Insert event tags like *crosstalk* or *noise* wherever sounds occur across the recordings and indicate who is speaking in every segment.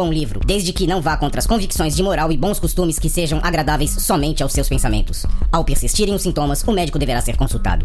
Speaker 1: bom livro, desde que não vá contra as convicções de moral e bons costumes que sejam agradáveis somente aos seus pensamentos. Ao persistirem os sintomas, o médico deverá ser consultado.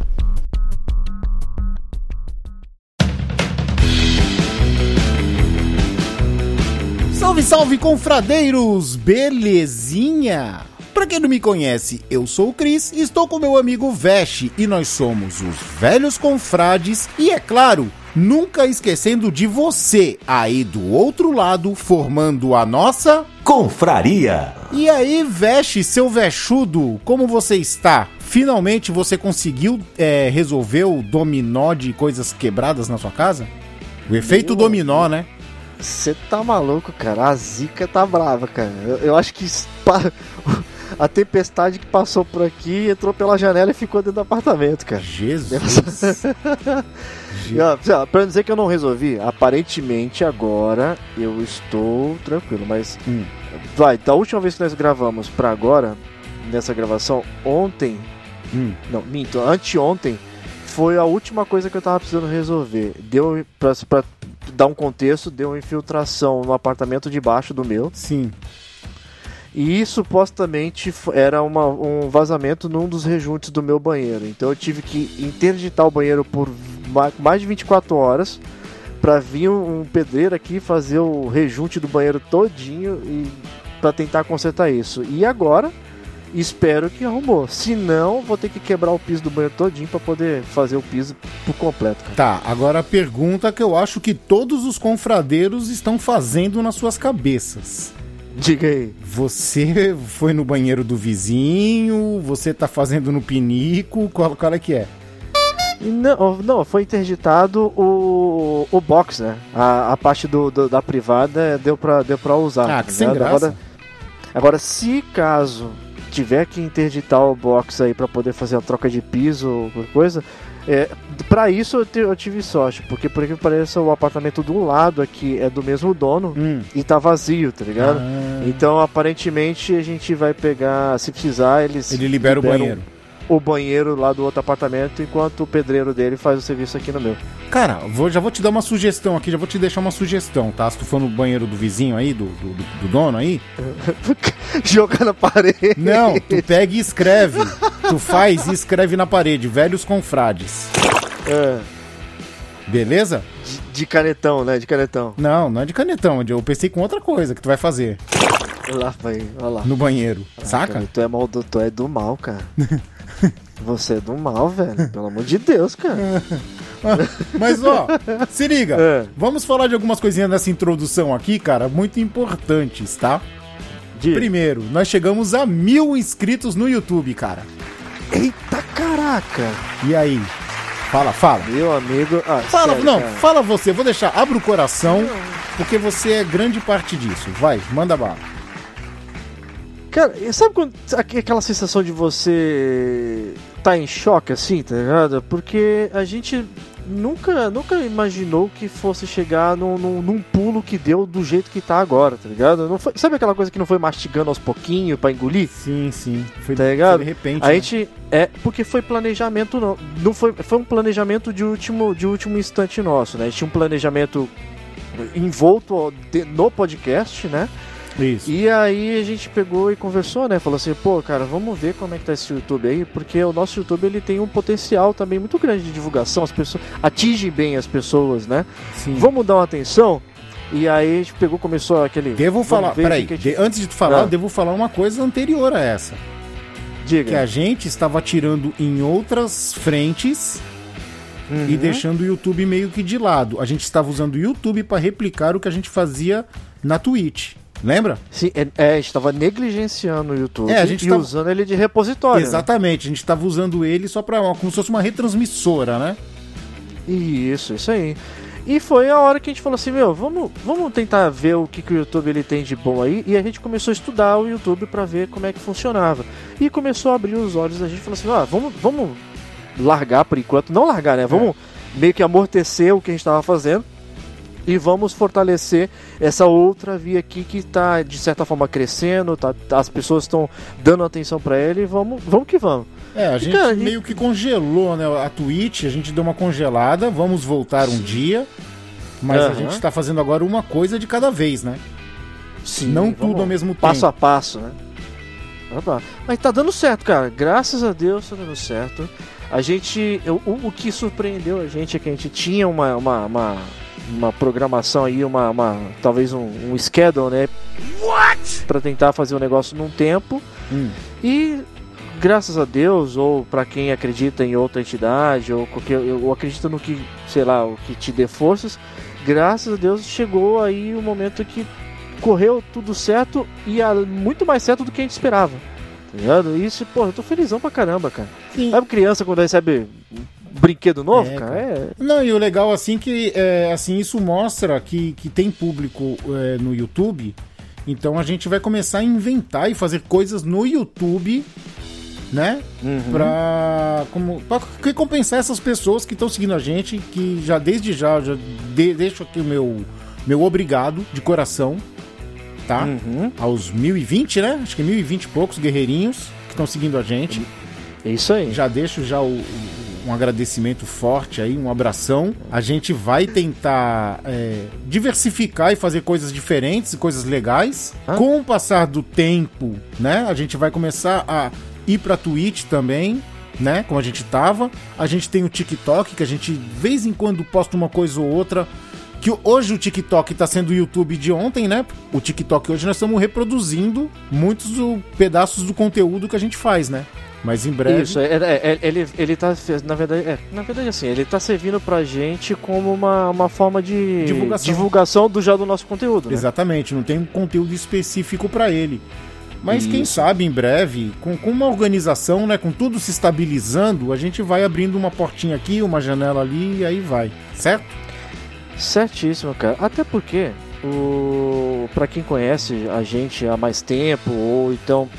Speaker 2: Salve, salve, confradeiros! Belezinha? Pra quem não me conhece, eu sou o Cris, estou com meu amigo Veste e nós somos os Velhos Confrades e, é claro, nunca esquecendo de você aí do outro lado, formando a nossa.
Speaker 3: Confraria.
Speaker 2: E aí, Veste, seu vexudo, como você está? Finalmente você conseguiu é, resolver o dominó de coisas quebradas na sua casa? O efeito
Speaker 4: Meu
Speaker 2: dominó, né?
Speaker 4: Você tá maluco, cara. A zica tá brava, cara. Eu, eu acho que isso pa- *laughs* a tempestade que passou por aqui entrou pela janela e ficou dentro do apartamento,
Speaker 2: *laughs*
Speaker 4: cara.
Speaker 2: Jesus.
Speaker 4: E, ó, sei lá, pra não dizer que *laughs* eu não resolvi, aparentemente agora eu estou tranquilo, mas.
Speaker 2: Hum.
Speaker 4: Vai, da última vez que nós gravamos pra agora, nessa gravação, ontem.
Speaker 2: Hum.
Speaker 4: Não, minto, anteontem foi a última coisa que eu tava precisando resolver. Deu pra, pra dar um contexto, deu uma infiltração no apartamento de baixo do meu.
Speaker 2: Sim.
Speaker 4: E supostamente fo- era uma- um vazamento num dos rejuntes do meu banheiro. Então eu tive que interditar o banheiro por ma- mais de 24 horas para vir um, um pedreiro aqui fazer o rejunte do banheiro todinho e para tentar consertar isso. E agora espero que arrumou. Se não, vou ter que quebrar o piso do banheiro todinho para poder fazer o piso por completo. cara.
Speaker 2: Tá, agora a pergunta que eu acho que todos os confradeiros estão fazendo nas suas cabeças.
Speaker 4: Diga aí.
Speaker 2: Você *laughs* foi no banheiro do vizinho, você tá fazendo no pinico, qual cara que é?
Speaker 4: E Não, não, foi interditado o, o box, né? A, a parte do, do- da privada deu pra, deu pra usar.
Speaker 2: Ah,
Speaker 4: tá
Speaker 2: que sem
Speaker 4: ligado?
Speaker 2: graça.
Speaker 4: Agora, agora, se caso tiver que interditar o box aí pra poder fazer a troca de piso ou qualquer coisa, é, pra isso eu, te- eu tive sorte, porque por que pareça o apartamento do lado aqui é do mesmo dono
Speaker 2: Hum.
Speaker 4: e tá vazio, tá ligado?
Speaker 2: Ah,
Speaker 4: Então, aparentemente, a gente vai pegar, se precisar, eles
Speaker 2: ele libera um- o
Speaker 4: liberam
Speaker 2: banheiro.
Speaker 4: o banheiro lá do outro apartamento, enquanto o pedreiro dele faz o serviço aqui no meu. *laughs*
Speaker 2: Cara, vou- já vou te dar uma sugestão aqui, já vou te deixar uma sugestão, tá? Se tu for no banheiro do vizinho aí, do, do, do- do dono aí,
Speaker 4: Joga na parede.
Speaker 2: *laughs* não, tu pega e escreve. Tu faz e escreve na parede, velhos confrades.
Speaker 4: É,
Speaker 2: Beleza?
Speaker 4: de, de canetão, né? De canetão.
Speaker 2: Não, não é de canetão, eu pensei com outra coisa que tu vai fazer
Speaker 4: Olha lá, pai. Olha lá.
Speaker 2: no banheiro, saca?
Speaker 4: Cara, tu é maldoso, tu é do mal, cara. *laughs* Você é do mal, velho. Pelo amor de Deus,
Speaker 2: *laughs*
Speaker 4: cara.
Speaker 2: Mas ó, se liga,
Speaker 4: É.
Speaker 2: vamos falar de algumas coisinhas nessa introdução aqui, cara, muito importantes, tá?
Speaker 4: De...
Speaker 2: Primeiro, nós chegamos a mil inscritos no YouTube, cara.
Speaker 4: Eita caraca!
Speaker 2: E aí? Fala, fala.
Speaker 4: Meu amigo. Ah,
Speaker 2: Fala,
Speaker 4: sério,
Speaker 2: não,
Speaker 4: cara.
Speaker 2: fala você, vou deixar, abre o coração, porque você é grande parte disso. Vai, manda bala.
Speaker 4: Cara, e sabe quando, aque- aquela sensação de você tá em choque assim, tá ligado? Porque a gente nunca, nunca imaginou que fosse chegar num, num, num pulo que deu do jeito que tá agora, tá ligado? Não foi- sabe aquela coisa que não foi mastigando aos pouquinhos pra engolir?
Speaker 2: Sim, sim. Foi,
Speaker 4: Tá ligado?
Speaker 2: foi de repente.
Speaker 4: A
Speaker 2: né?
Speaker 4: gente é porque foi planejamento não, não foi, foi um planejamento de último de último instante nosso, né? A gente tinha um planejamento envolto de- no podcast, né?
Speaker 2: Isso.
Speaker 4: E aí a gente pegou e conversou, né? Falou assim, pô, cara, vamos ver como é que tá esse YouTube aí, porque o nosso YouTube ele tem um potencial também muito grande de divulgação, as pessoas atingem bem as pessoas, né?
Speaker 2: Sim.
Speaker 4: Vamos dar uma atenção. E aí a gente pegou, começou aquele.
Speaker 2: Devo
Speaker 4: vamos
Speaker 2: falar,
Speaker 4: ver
Speaker 2: peraí,
Speaker 4: o que que a
Speaker 2: de-
Speaker 4: gente-
Speaker 2: antes de tu falar,
Speaker 4: Ah.
Speaker 2: eu devo falar uma coisa anterior a essa. Que a
Speaker 4: Diga.
Speaker 2: gente estava tirando em outras frentes e
Speaker 4: Uhum.
Speaker 2: deixando o YouTube meio que de lado. A gente estava usando o YouTube para replicar o que a gente fazia na Twitch, Lembra?
Speaker 4: Sim, é, é, a gente tava negligenciando o YouTube
Speaker 2: É, a gente
Speaker 4: e
Speaker 2: tava-
Speaker 4: usando ele de repositório. né?
Speaker 2: Exatamente, a gente tava usando ele só pra. como se fosse uma retransmissora, né?
Speaker 4: Isso, isso aí. E foi a hora que a gente falou assim, meu, vamos, vamos tentar ver o que, que o YouTube ele tem de bom aí. E a gente começou a estudar o YouTube pra ver como é que funcionava. E começou a abrir os olhos da gente, falou assim, ah, vamos, vamos largar por enquanto, não largar, né?
Speaker 2: É.
Speaker 4: Vamos meio que amortecer o que a gente estava fazendo e vamos fortalecer essa outra via aqui que está de certa forma crescendo, tá, as pessoas estão dando atenção pra ele. E vamos, vamos que vamos.
Speaker 2: É, a gente
Speaker 4: cara, Então, e-
Speaker 2: meio que congelou, né? A Twitch, a gente deu uma congelada, vamos voltar um dia. Mas a
Speaker 4: Aham.
Speaker 2: gente tá fazendo agora uma coisa de cada vez, né?
Speaker 4: Sim,
Speaker 2: Não
Speaker 4: vamos
Speaker 2: tudo ao mesmo tempo.
Speaker 4: passo a passo, né? Ah, tá. Mas tá dando certo, cara. Graças a Deus tá dando certo. A gente. eu- o, o que surpreendeu a gente é que a gente tinha uma, uma, uma, uma programação aí, uma, uma- talvez um, um schedule, né? What? Pra tentar fazer o negócio num tempo.
Speaker 2: Hum.
Speaker 4: E graças a Deus, ou pra quem acredita em outra entidade, ou qualquer, ou acredita no que, sei lá, o que te dê forças, graças a Deus chegou aí o momento que correu tudo certo e a- muito mais certo do que a gente esperava. Tá ligado? Isso, pô, eu tô felizão pra caramba, cara.
Speaker 2: Sim.
Speaker 4: Sabe criança quando recebe um brinquedo novo,
Speaker 2: É,
Speaker 4: cara?
Speaker 2: cara.
Speaker 4: É,
Speaker 2: Não, e o legal assim que é, assim isso mostra que, que tem público é, no YouTube. Então a gente vai começar a inventar e fazer coisas no YouTube, né?
Speaker 4: É. Uhum.
Speaker 2: Pra, como, pra recompensar essas pessoas que estão seguindo a gente, que já desde já, já de- deixo aqui o meu, meu obrigado de coração, tá?
Speaker 4: Uhum.
Speaker 2: Aos 1020, né? Acho que 1020 e poucos guerreirinhos que estão seguindo a gente.
Speaker 4: É isso aí.
Speaker 2: Já deixo já o- o- um agradecimento forte aí, um abração. A gente vai tentar é, diversificar e fazer coisas diferentes, e coisas legais.
Speaker 4: Ah.
Speaker 2: Com o passar do tempo, né? A gente vai começar a ir pra Twitch também. Né, como a gente tava, a gente tem o TikTok que a gente de vez em quando posta uma coisa ou outra. Que hoje o TikTok tá sendo o YouTube de ontem, né? O TikTok hoje nós estamos reproduzindo muitos do- pedaços do conteúdo que a gente faz, né? Mas em breve
Speaker 4: Isso, é- é- é- ele, ele tá, na verdade, é, na verdade assim, ele tá servindo pra gente como uma, uma forma de
Speaker 2: Divulgação.
Speaker 4: divulgação do já do nosso conteúdo, né?
Speaker 2: Exatamente, não tem um conteúdo específico para ele. Mas quem
Speaker 4: Isso.
Speaker 2: sabe em breve, com, com uma organização, né, com tudo se estabilizando, a gente vai abrindo uma portinha aqui, uma janela ali e aí vai, certo?
Speaker 4: Certíssimo, cara. Até porque, o... para quem conhece a gente há mais tempo, ou então.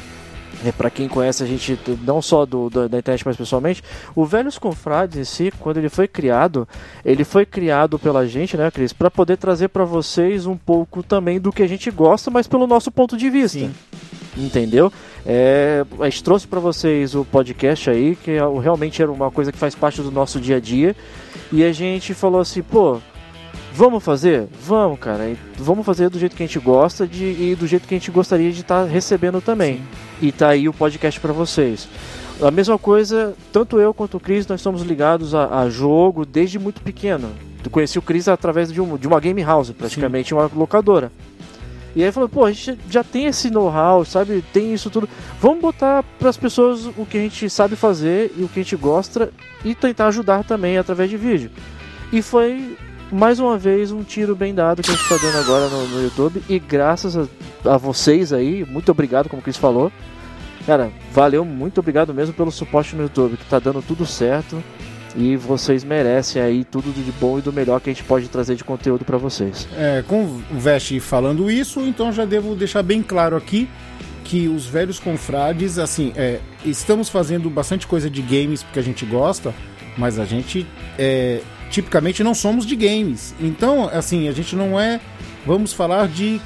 Speaker 4: É, para quem conhece a gente t- não só do, do- da internet, mas pessoalmente, o Velhos Confrades em si, quando ele foi criado, ele foi criado pela gente, né, Cris, para poder trazer para vocês um pouco também do que a gente gosta, mas pelo nosso ponto de vista.
Speaker 2: Sim.
Speaker 4: Entendeu? É, a gente trouxe para vocês o podcast aí, que é o- realmente era uma coisa que faz parte do nosso dia a dia. E a gente falou assim, pô, Vamos fazer? Vamos, cara. E Vamos fazer do jeito que a gente gosta de, e do jeito que a gente gostaria de estar recebendo também. E tá aí o podcast para vocês. A mesma coisa, tanto eu quanto o Cris, nós somos ligados a, a jogo desde muito pequeno. Eu conheci o Cris através de, um- de uma game house, praticamente uma locadora. E aí falou, pô, a gente já tem esse know-how, sabe? Tem isso tudo. Vamos botar para as pessoas o que a gente sabe fazer e o que a gente gosta e tentar ajudar também através de vídeo. E foi mais uma vez um tiro bem dado que a gente tá dando agora no, no YouTube. E graças a, a vocês aí, muito obrigado, como o Cris falou. Cara, valeu, muito obrigado mesmo pelo suporte no YouTube, que tá dando tudo certo. E vocês merecem aí tudo de bom e do melhor que a gente pode trazer de conteúdo pra vocês.
Speaker 2: É, com o Veste falando isso, então já devo deixar bem claro aqui que os velhos confrades, assim, é, estamos fazendo bastante coisa de games porque a gente gosta, mas a gente é, tipicamente não somos de games. Então, assim, a gente não é. Vamos falar de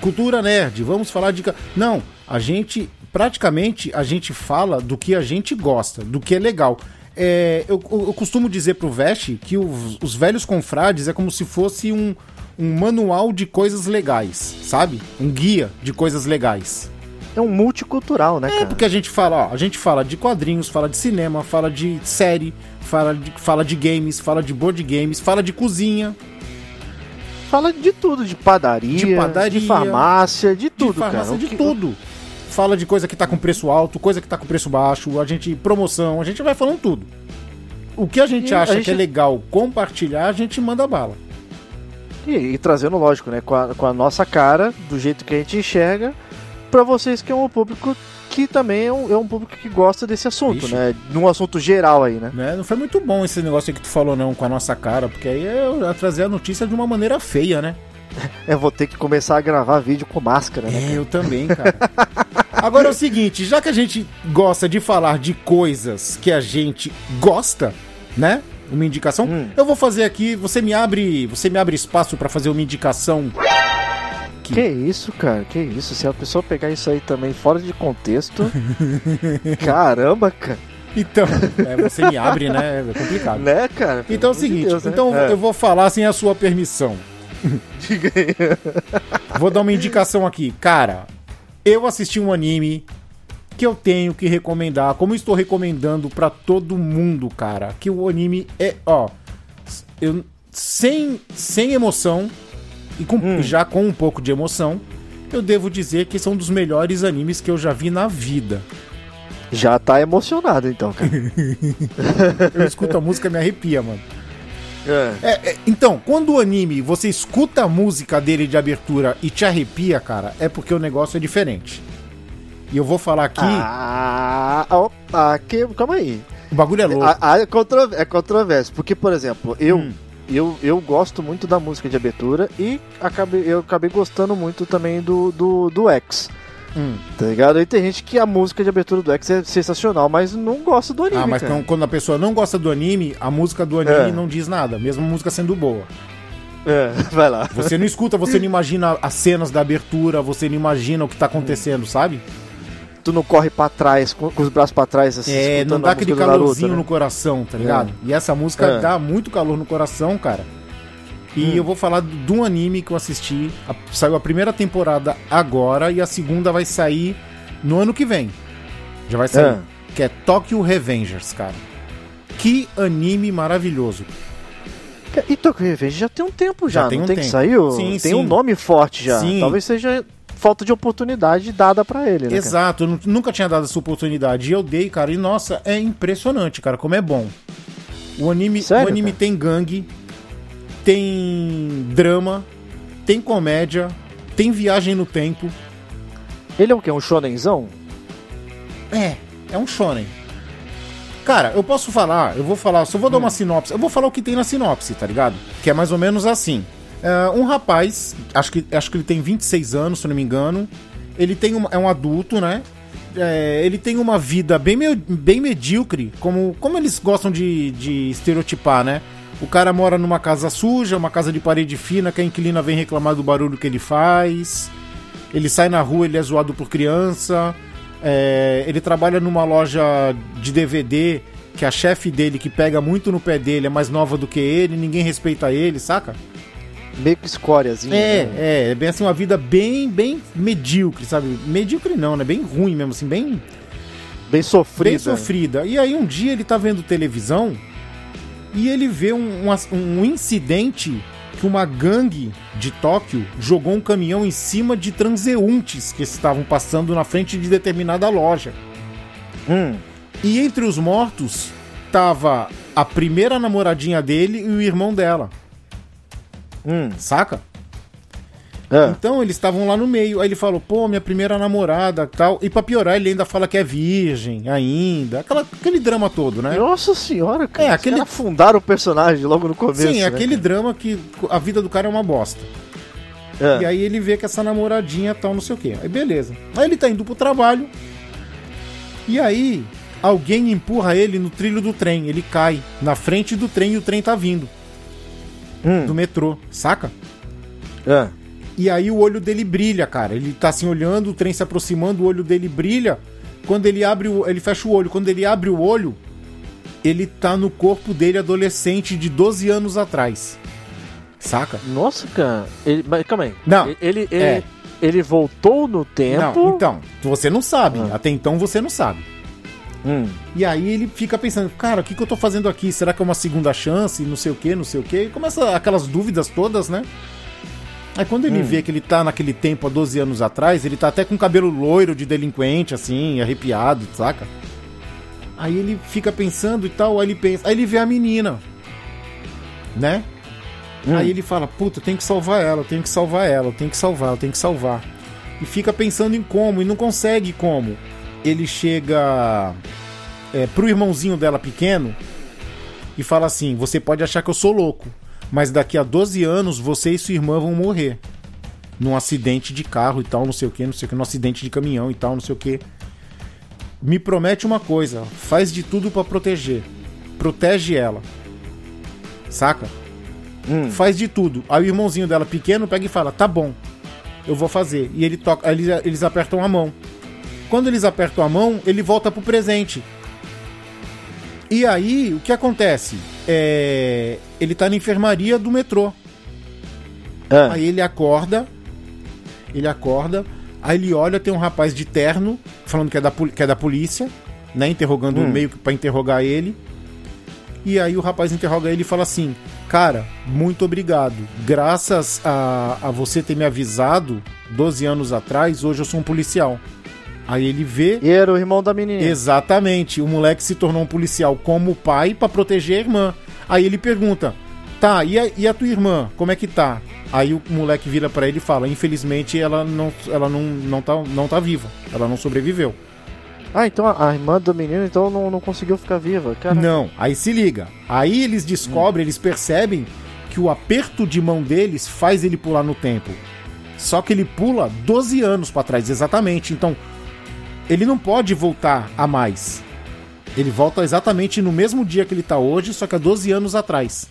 Speaker 2: cultura nerd, vamos falar de. ca- Não, a gente praticamente a gente fala do que a gente gosta, do que é legal. É, eu, eu costumo dizer pro Vest que os, os velhos confrades é como se fosse um, um manual de coisas legais, sabe? Um guia de coisas legais.
Speaker 4: É um multicultural, né,
Speaker 2: É
Speaker 4: cara?
Speaker 2: porque a gente fala, ó, a gente fala de quadrinhos, fala de cinema, fala de série, fala de, fala de games, fala de board games, fala de cozinha,
Speaker 4: Fala de tudo, de padaria,
Speaker 2: De
Speaker 4: de,
Speaker 2: padaria,
Speaker 4: farmácia, de tudo,
Speaker 2: de farmácia,
Speaker 4: cara. O
Speaker 2: de
Speaker 4: que-
Speaker 2: tudo. Fala de coisa que tá com preço alto, coisa que tá com preço baixo, a gente promoção, a gente vai falando tudo. O que a gente
Speaker 4: E
Speaker 2: acha
Speaker 4: a gente-
Speaker 2: que é legal compartilhar, a gente manda bala.
Speaker 4: E, e trazendo, lógico, né, com a, com a nossa cara, do jeito que a gente enxerga, para vocês que é um público que também é um, é um público que gosta desse assunto,
Speaker 2: Vixe.
Speaker 4: né? Num assunto geral aí, né?
Speaker 2: Né? Não foi muito bom esse negócio aí que tu falou, não, com a nossa cara, porque aí é eu ia trazer a notícia de uma maneira feia, né?
Speaker 4: Eu É, vou ter que começar a gravar vídeo com máscara, né?
Speaker 2: É, eu também, cara. Agora é o seguinte, já que a gente gosta de falar de coisas que a gente gosta, né? Uma indicação,
Speaker 4: Hum.
Speaker 2: eu vou fazer aqui, você me abre, você me abre espaço pra fazer uma indicação.
Speaker 4: Que... isso, cara? Que isso? Se a pessoa pegar isso aí também fora de
Speaker 2: *laughs*
Speaker 4: contexto. caramba, cara.
Speaker 2: Então, *laughs* é, você me abre, né? É complicado.
Speaker 4: Né, cara?
Speaker 2: Então
Speaker 4: Pelo
Speaker 2: é o
Speaker 4: amor de
Speaker 2: seguinte,
Speaker 4: Deus, né?
Speaker 2: então
Speaker 4: É.
Speaker 2: eu vou falar sem a sua permissão.
Speaker 4: Diga aí.
Speaker 2: *laughs* Vou dar uma indicação aqui. Cara, eu assisti um anime que eu tenho que recomendar, como eu estou recomendando pra todo mundo, cara, que o anime é, ó, s- eu, sem, sem emoção e com-
Speaker 4: Hum.
Speaker 2: já com um pouco de emoção, eu devo dizer que são um dos melhores animes que eu já vi na vida.
Speaker 4: Já tá emocionado, então, cara.
Speaker 2: Eu escuto a música e me arrepia, mano.
Speaker 4: É.
Speaker 2: *laughs* É, é, então, quando o anime, você escuta a música dele de abertura e te arrepia, cara, é porque o negócio é diferente. E eu vou falar aqui,
Speaker 4: Ah, ó, ah, que, calma aí.
Speaker 2: o bagulho é louco.
Speaker 4: A, a- é, contro- é controverso, porque, por exemplo, eu,
Speaker 2: Hum.
Speaker 4: eu, eu gosto muito da música de abertura e acabei, eu acabei gostando muito também do, do, do X.
Speaker 2: Hum.
Speaker 4: Tá ligado? E tem gente que a música de abertura do X é sensacional, mas não gosta do é anime.
Speaker 2: Ah, mas
Speaker 4: cara.
Speaker 2: não- quando a pessoa não gosta do anime, a música do anime
Speaker 4: É.
Speaker 2: não diz nada, mesmo a música sendo boa. um-
Speaker 4: É, *laughs* vai lá.
Speaker 2: Você não escuta, você não imagina as cenas da abertura, você não imagina o que tá acontecendo, sabe?
Speaker 4: Tu não corre pra trás, com, com os braços pra trás, assim,
Speaker 2: É, não
Speaker 4: escutando
Speaker 2: dá
Speaker 4: a
Speaker 2: aquele
Speaker 4: música do Naruto,
Speaker 2: calorzinho
Speaker 4: né?
Speaker 2: no coração, tá ligado? E essa música
Speaker 4: É. Hum.
Speaker 2: dá muito calor no coração, cara. E eu vou falar do- de um anime que eu assisti. a- saiu a primeira temporada agora e a segunda vai sair no ano que vem. Já vai sair.
Speaker 4: É.
Speaker 2: Que é Tokyo Revengers, cara. Que anime maravilhoso.
Speaker 4: Ca- E Tokyo Revenge já tem um tempo já,
Speaker 2: Já tem
Speaker 4: não
Speaker 2: um
Speaker 4: tem que
Speaker 2: tempo.
Speaker 4: sair? o-
Speaker 2: Sim,
Speaker 4: tem
Speaker 2: sim.
Speaker 4: um nome forte já.
Speaker 2: Sim.
Speaker 4: Talvez seja falta de oportunidade dada pra ele, né? cara?
Speaker 2: Exato, eu nu- nunca tinha dado essa oportunidade. E eu dei, cara, e nossa, é impressionante, cara, como é bom. O anime,
Speaker 4: Sério,
Speaker 2: o anime
Speaker 4: cara?
Speaker 2: tem gangue, tem drama, tem comédia, tem viagem no tempo.
Speaker 4: Ele é o quê? Um shonenzão?
Speaker 2: É, é um shonen. Cara, eu posso falar, eu vou falar, só vou dar uma sinopse. Eu vou falar o que tem na sinopse, tá ligado? Que é mais ou menos assim. É, um rapaz, acho que, acho que ele tem 26 anos, se não me engano. Ele tem uma- é um adulto, né? É, ele tem uma vida bem, me- bem medíocre, como, como eles gostam de, de estereotipar, né? O cara mora numa casa suja, uma casa de parede fina, que a inquilina vem reclamar do barulho que ele faz. Ele sai na rua, ele é zoado por criança. É, ele trabalha numa loja de DVD que a chefe dele, que pega muito no pé dele, é mais nova do que ele, ninguém respeita ele, saca?
Speaker 4: Meio que escóriazinho.
Speaker 2: É,
Speaker 4: né?
Speaker 2: é, é bem assim, uma vida bem, bem medíocre, sabe? Medíocre não, né? Bem ruim mesmo, assim, bem,
Speaker 4: Bem né? sofrido.
Speaker 2: é. bem sofrida. E aí um dia ele tá vendo televisão e ele vê um, um- um incidente que uma gangue de Tóquio jogou um caminhão em cima de transeuntes que estavam passando na frente de determinada loja.
Speaker 4: Hum.
Speaker 2: E entre os mortos tava a primeira namoradinha dele e o irmão dela,
Speaker 4: Hum.
Speaker 2: saca? *laughs*
Speaker 4: É.
Speaker 2: Então eles estavam lá no meio. Aí ele falou, pô, minha primeira namorada tal. E pra piorar, ele ainda fala que é virgem, ainda. Aquela, aquele drama todo, né?
Speaker 4: Nossa senhora, cara.
Speaker 2: É,
Speaker 4: os
Speaker 2: aquele-
Speaker 4: caras afundaram o personagem logo no começo.
Speaker 2: Sim, é
Speaker 4: né,
Speaker 2: aquele
Speaker 4: cara?
Speaker 2: drama que a vida do cara é uma bosta.
Speaker 4: É.
Speaker 2: E aí ele vê que essa namoradinha tal, não sei o quê. Aí beleza. Aí ele tá indo pro trabalho. E aí alguém empurra ele no trilho do trem. Ele cai na frente do trem e o trem tá vindo.
Speaker 4: Hum.
Speaker 2: Do metrô, saca?
Speaker 4: É.
Speaker 2: E aí o olho dele brilha, cara. Ele tá assim olhando, o trem se aproximando, o olho dele brilha. Quando ele abre o, ele fecha o olho, quando ele abre o olho, ele tá no corpo dele adolescente de 12 anos atrás. Saca?
Speaker 4: Nossa, cara. Ele... Mas calma aí.
Speaker 2: Não,
Speaker 4: Ele, ele,
Speaker 2: é.
Speaker 4: ele voltou no tempo.
Speaker 2: Não, então, você não sabe.
Speaker 4: Ah.
Speaker 2: Até então você não sabe. então-
Speaker 4: Hum.
Speaker 2: E aí ele fica pensando, cara, o que, que eu tô fazendo aqui? Será que é uma segunda chance? Não sei o que, não sei o que. E começa aquelas dúvidas todas, né? Aí quando ele vê que ele tá naquele tempo há 12 anos atrás, ele tá até com cabelo loiro de delinquente, assim, arrepiado, saca? Aí ele fica pensando e tal, aí ele pensa. Aí ele vê a menina, né? Aí ele fala: Puta, eu tenho que salvar ela, eu tenho que salvar ela, eu tenho que salvar, eu tenho que salvar. E fica pensando em como, e não consegue como. Ele chega é, pro irmãozinho dela pequeno e fala assim: Você pode achar que eu sou louco, mas daqui a 12 anos você e sua irmã vão morrer. Num acidente de carro e tal, não sei o que, não sei o que, num acidente de caminhão e tal, não sei o que. Me promete uma coisa: faz de tudo pra proteger. Protege ela. Saca? Faz de tudo. Aí o irmãozinho dela, pequeno, pega e fala: tá bom, eu vou fazer. E ele toca, aí eles, eles apertam a mão. Quando eles apertam a mão, ele volta pro presente. E aí, o que acontece? É, ele tá na enfermaria do metrô.
Speaker 4: Ah,
Speaker 2: Aí ele acorda, ele acorda, aí ele olha, tem um rapaz de terno, falando que é da, poli- que é da polícia, né? Interrogando meio que pra interrogar ele. E aí o rapaz interroga ele e fala assim: Cara, muito obrigado. Graças a, a você ter me avisado 12 anos atrás, hoje eu sou um policial. Aí ele vê.
Speaker 4: E era o irmão da menininha.
Speaker 2: Exatamente. O moleque se tornou um policial como o pai pra proteger a irmã. Aí ele pergunta: "Tá, e a, e a tua irmã? Como é que tá?" Aí o moleque vira pra ele e fala: "Infelizmente ela não ela não, não tá não tá viva. Ela não sobreviveu."
Speaker 4: Ah, então a, a irmã do menino então não, não conseguiu ficar viva, cara.
Speaker 2: Não. Aí se liga. Aí eles descobrem, eles percebem que o aperto de mão deles faz ele pular no tempo. Só que ele pula 12 anos pra trás, exatamente. Então, ele não pode voltar a mais. Ele volta exatamente no mesmo dia que ele tá hoje, só que há 12 anos atrás.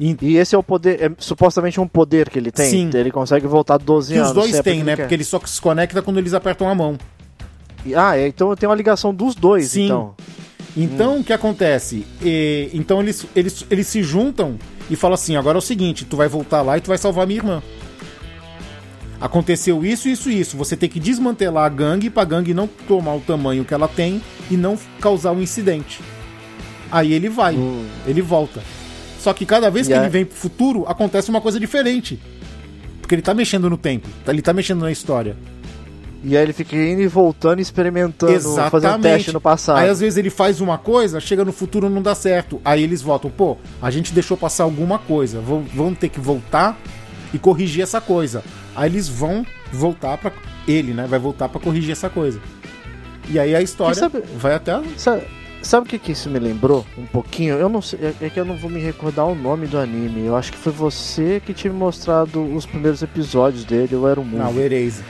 Speaker 4: E esse é o poder, é supostamente um poder que ele tem.
Speaker 2: Sim.
Speaker 4: Ele consegue voltar 12
Speaker 2: Que
Speaker 4: anos.
Speaker 2: os dois
Speaker 4: se é
Speaker 2: têm, né?
Speaker 4: quer.
Speaker 2: Porque ele só se conecta quando eles apertam a mão.
Speaker 4: E- Ah, é, então tem uma ligação dos dois,
Speaker 2: Sim.
Speaker 4: então.
Speaker 2: Então, o que acontece? E- então, eles, eles, eles se juntam e falam assim: agora é o seguinte, tu vai voltar lá e tu vai salvar minha irmã. Aconteceu isso, isso, isso. Você tem que desmantelar a gangue pra gangue não tomar o tamanho que ela tem e não causar um incidente. Aí ele vai, ele volta. Só que cada vez que
Speaker 4: E aí-
Speaker 2: ele vem pro futuro, acontece uma coisa diferente. Porque ele tá mexendo no tempo, ele tá mexendo na história.
Speaker 4: E aí ele fica indo e voltando, experimentando, fazendo teste no passado.
Speaker 2: Aí às vezes ele faz uma coisa, chega no futuro não dá certo. Aí eles voltam, pô, a gente deixou passar alguma coisa, vão, vão ter que voltar e corrigir essa coisa. Aí eles vão voltar pra. ele, né, vai voltar pra corrigir essa coisa. E aí a história
Speaker 4: Quem sabe-
Speaker 2: vai até a-
Speaker 4: Sabe, sabe o que, que isso me lembrou um pouquinho? Eu não sei, é, é que eu não vou me recordar o nome do anime. Eu acho que foi você que tinha me mostrado os primeiros episódios dele, eu era um
Speaker 2: Não, o Erase.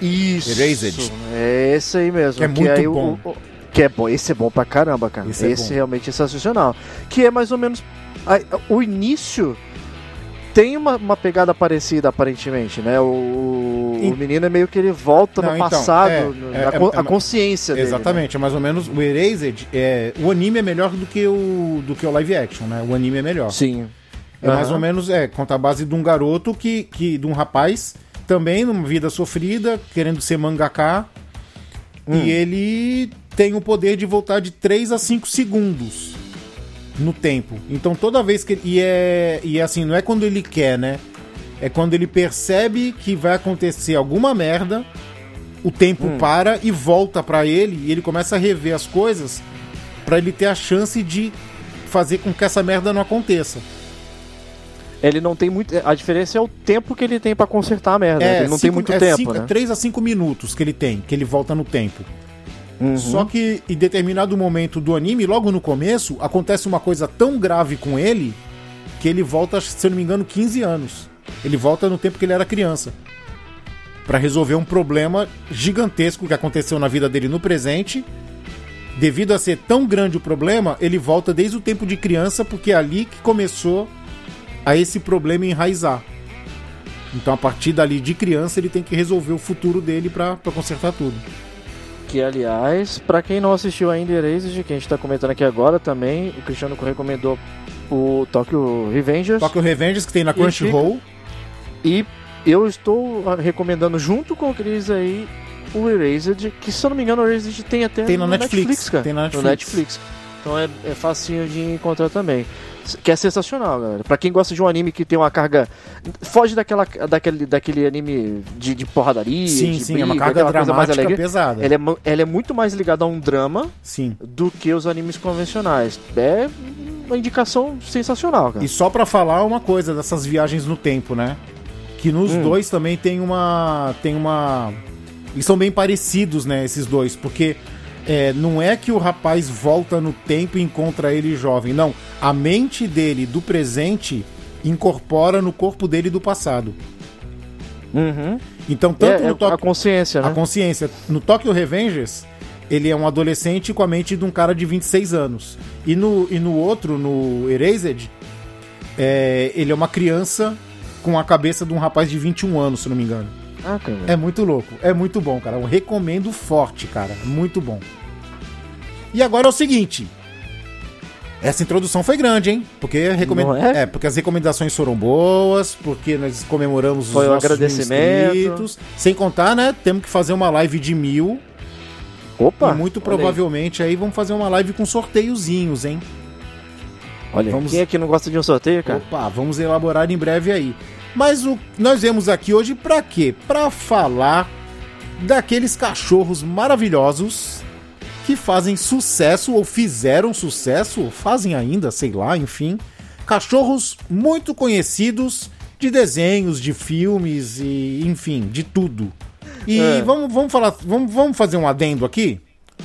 Speaker 4: Isso.
Speaker 2: Erased.
Speaker 4: É esse aí mesmo.
Speaker 2: Que é muito
Speaker 4: aí o-
Speaker 2: bom.
Speaker 4: o- que é bom. Esse é bom pra caramba, cara.
Speaker 2: Esse é
Speaker 4: Esse,
Speaker 2: bom.
Speaker 4: realmente é sensacional. Que é mais ou menos. a- a- o início tem uma, uma pegada parecida, aparentemente, né? O,
Speaker 2: E-
Speaker 4: o menino é meio que ele volta
Speaker 2: Não,
Speaker 4: no
Speaker 2: então,
Speaker 4: passado,
Speaker 2: é,
Speaker 4: no-
Speaker 2: é-
Speaker 4: na
Speaker 2: é-
Speaker 4: con-
Speaker 2: é-
Speaker 4: a consciência dele. né?
Speaker 2: Exatamente, é mais ou menos o Erased. É, o anime é melhor do que o do que o live action, né? O anime é melhor.
Speaker 4: né? Sim.
Speaker 2: É mais
Speaker 4: Aham.
Speaker 2: ou menos, é, conta a base de um garoto que, que de um rapaz, também numa vida sofrida, querendo ser mangaká. E ele tem o poder de voltar de 3 a 5 segundos no tempo. Então toda vez que ele. E é, e é assim, não é quando ele quer, né? É quando ele percebe que vai acontecer alguma merda, o tempo para e volta pra ele, e ele começa a rever as coisas pra ele ter a chance de fazer com que essa merda não aconteça.
Speaker 4: Ele não tem muito. A diferença é o tempo que ele tem pra consertar a merda. né? ele não tem
Speaker 2: cinco-
Speaker 4: muito
Speaker 2: é
Speaker 4: tempo,
Speaker 2: cinco-
Speaker 4: né?
Speaker 2: 3 a 5 minutos que ele tem, que ele volta no tempo.
Speaker 4: Uhum.
Speaker 2: Só que em determinado momento do anime, logo no começo, acontece uma coisa tão grave com ele que ele volta, se eu não me engano, 15 anos. Ele volta no tempo que ele era criança. Pra resolver um problema gigantesco que aconteceu na vida dele no presente. Devido a ser tão grande o problema, ele volta desde o tempo de criança, porque é ali que começou a esse problema enraizar. Então, a partir dali de criança, ele tem que resolver o futuro dele pra pra consertar tudo.
Speaker 4: Que, aliás, pra quem não assistiu ainda Erased, que a gente tá comentando aqui agora também, o Cristiano recomendou o Tokyo Revengers.
Speaker 2: Tokyo Revengers que tem na Crunchyroll.
Speaker 4: E eu estou ah, recomendando junto com o Cris aí o Erased, que se eu não me engano o Erased tem até
Speaker 2: Tem na
Speaker 4: no
Speaker 2: Netflix,
Speaker 4: cara.
Speaker 2: tem na
Speaker 4: No
Speaker 2: Netflix.
Speaker 4: Netflix. Então é, é facinho de encontrar também. S- Que é sensacional, galera. Pra quem gosta de um anime que tem uma carga. Foge daquela, daquele, daquele anime de, de porradaria.
Speaker 2: Sim,
Speaker 4: de
Speaker 2: sim, é uma
Speaker 4: briga,
Speaker 2: carga
Speaker 4: aquela tipo, coisa mais
Speaker 2: dramática
Speaker 4: alegre.
Speaker 2: pesada.
Speaker 4: Ela é, mu- ela é muito mais ligada a um drama
Speaker 2: Sim.
Speaker 4: do que os animes convencionais. É uma indicação sensacional, cara.
Speaker 2: E só pra falar uma coisa dessas viagens no tempo, né? Que nos
Speaker 4: Hum.
Speaker 2: dois também tem uma. Tem uma. Eles são bem parecidos, né? Esses dois. Porque é, não é que o rapaz volta no tempo e encontra ele jovem. Não. A mente dele do presente incorpora no corpo dele do passado.
Speaker 4: Uhum.
Speaker 2: Então, tanto
Speaker 4: É, é
Speaker 2: no Tóquio.
Speaker 4: a consciência, né?
Speaker 2: A consciência. No Tokyo Revengers, ele é um adolescente com a mente de um cara de 26 anos. E no, e no outro, no Erased, é, ele é uma criança com a cabeça de um rapaz de 21 anos, se não me engano.
Speaker 4: Ah, cara.
Speaker 2: É muito louco. É muito bom, cara. Eu recomendo forte, cara. Muito bom. E agora é o seguinte. Essa introdução foi grande, hein? Porque recomen-
Speaker 4: Não é?
Speaker 2: é, porque as recomendações foram boas, porque nós comemoramos os
Speaker 4: Foi um
Speaker 2: nossos mil
Speaker 4: agradecimento.
Speaker 2: inscritos. Sem contar, né? Temos que fazer uma live de mil.
Speaker 4: Opa!
Speaker 2: e é muito
Speaker 4: olha aí.
Speaker 2: provavelmente aí. vamos fazer uma live com sorteiozinhos, hein?
Speaker 4: Olha, aí.
Speaker 2: Vamos-
Speaker 4: quem é que não gosta de um sorteio, cara?
Speaker 2: Opa, vamos elaborar em breve aí. Mas o nós viemos aqui hoje pra quê? Pra falar daqueles cachorros maravilhosos que fazem sucesso ou fizeram sucesso, ou fazem ainda, sei lá, enfim, cachorros muito conhecidos de desenhos, de filmes e enfim, de tudo. E
Speaker 4: É.
Speaker 2: vamos, vamos falar, vamos, vamos fazer um adendo aqui?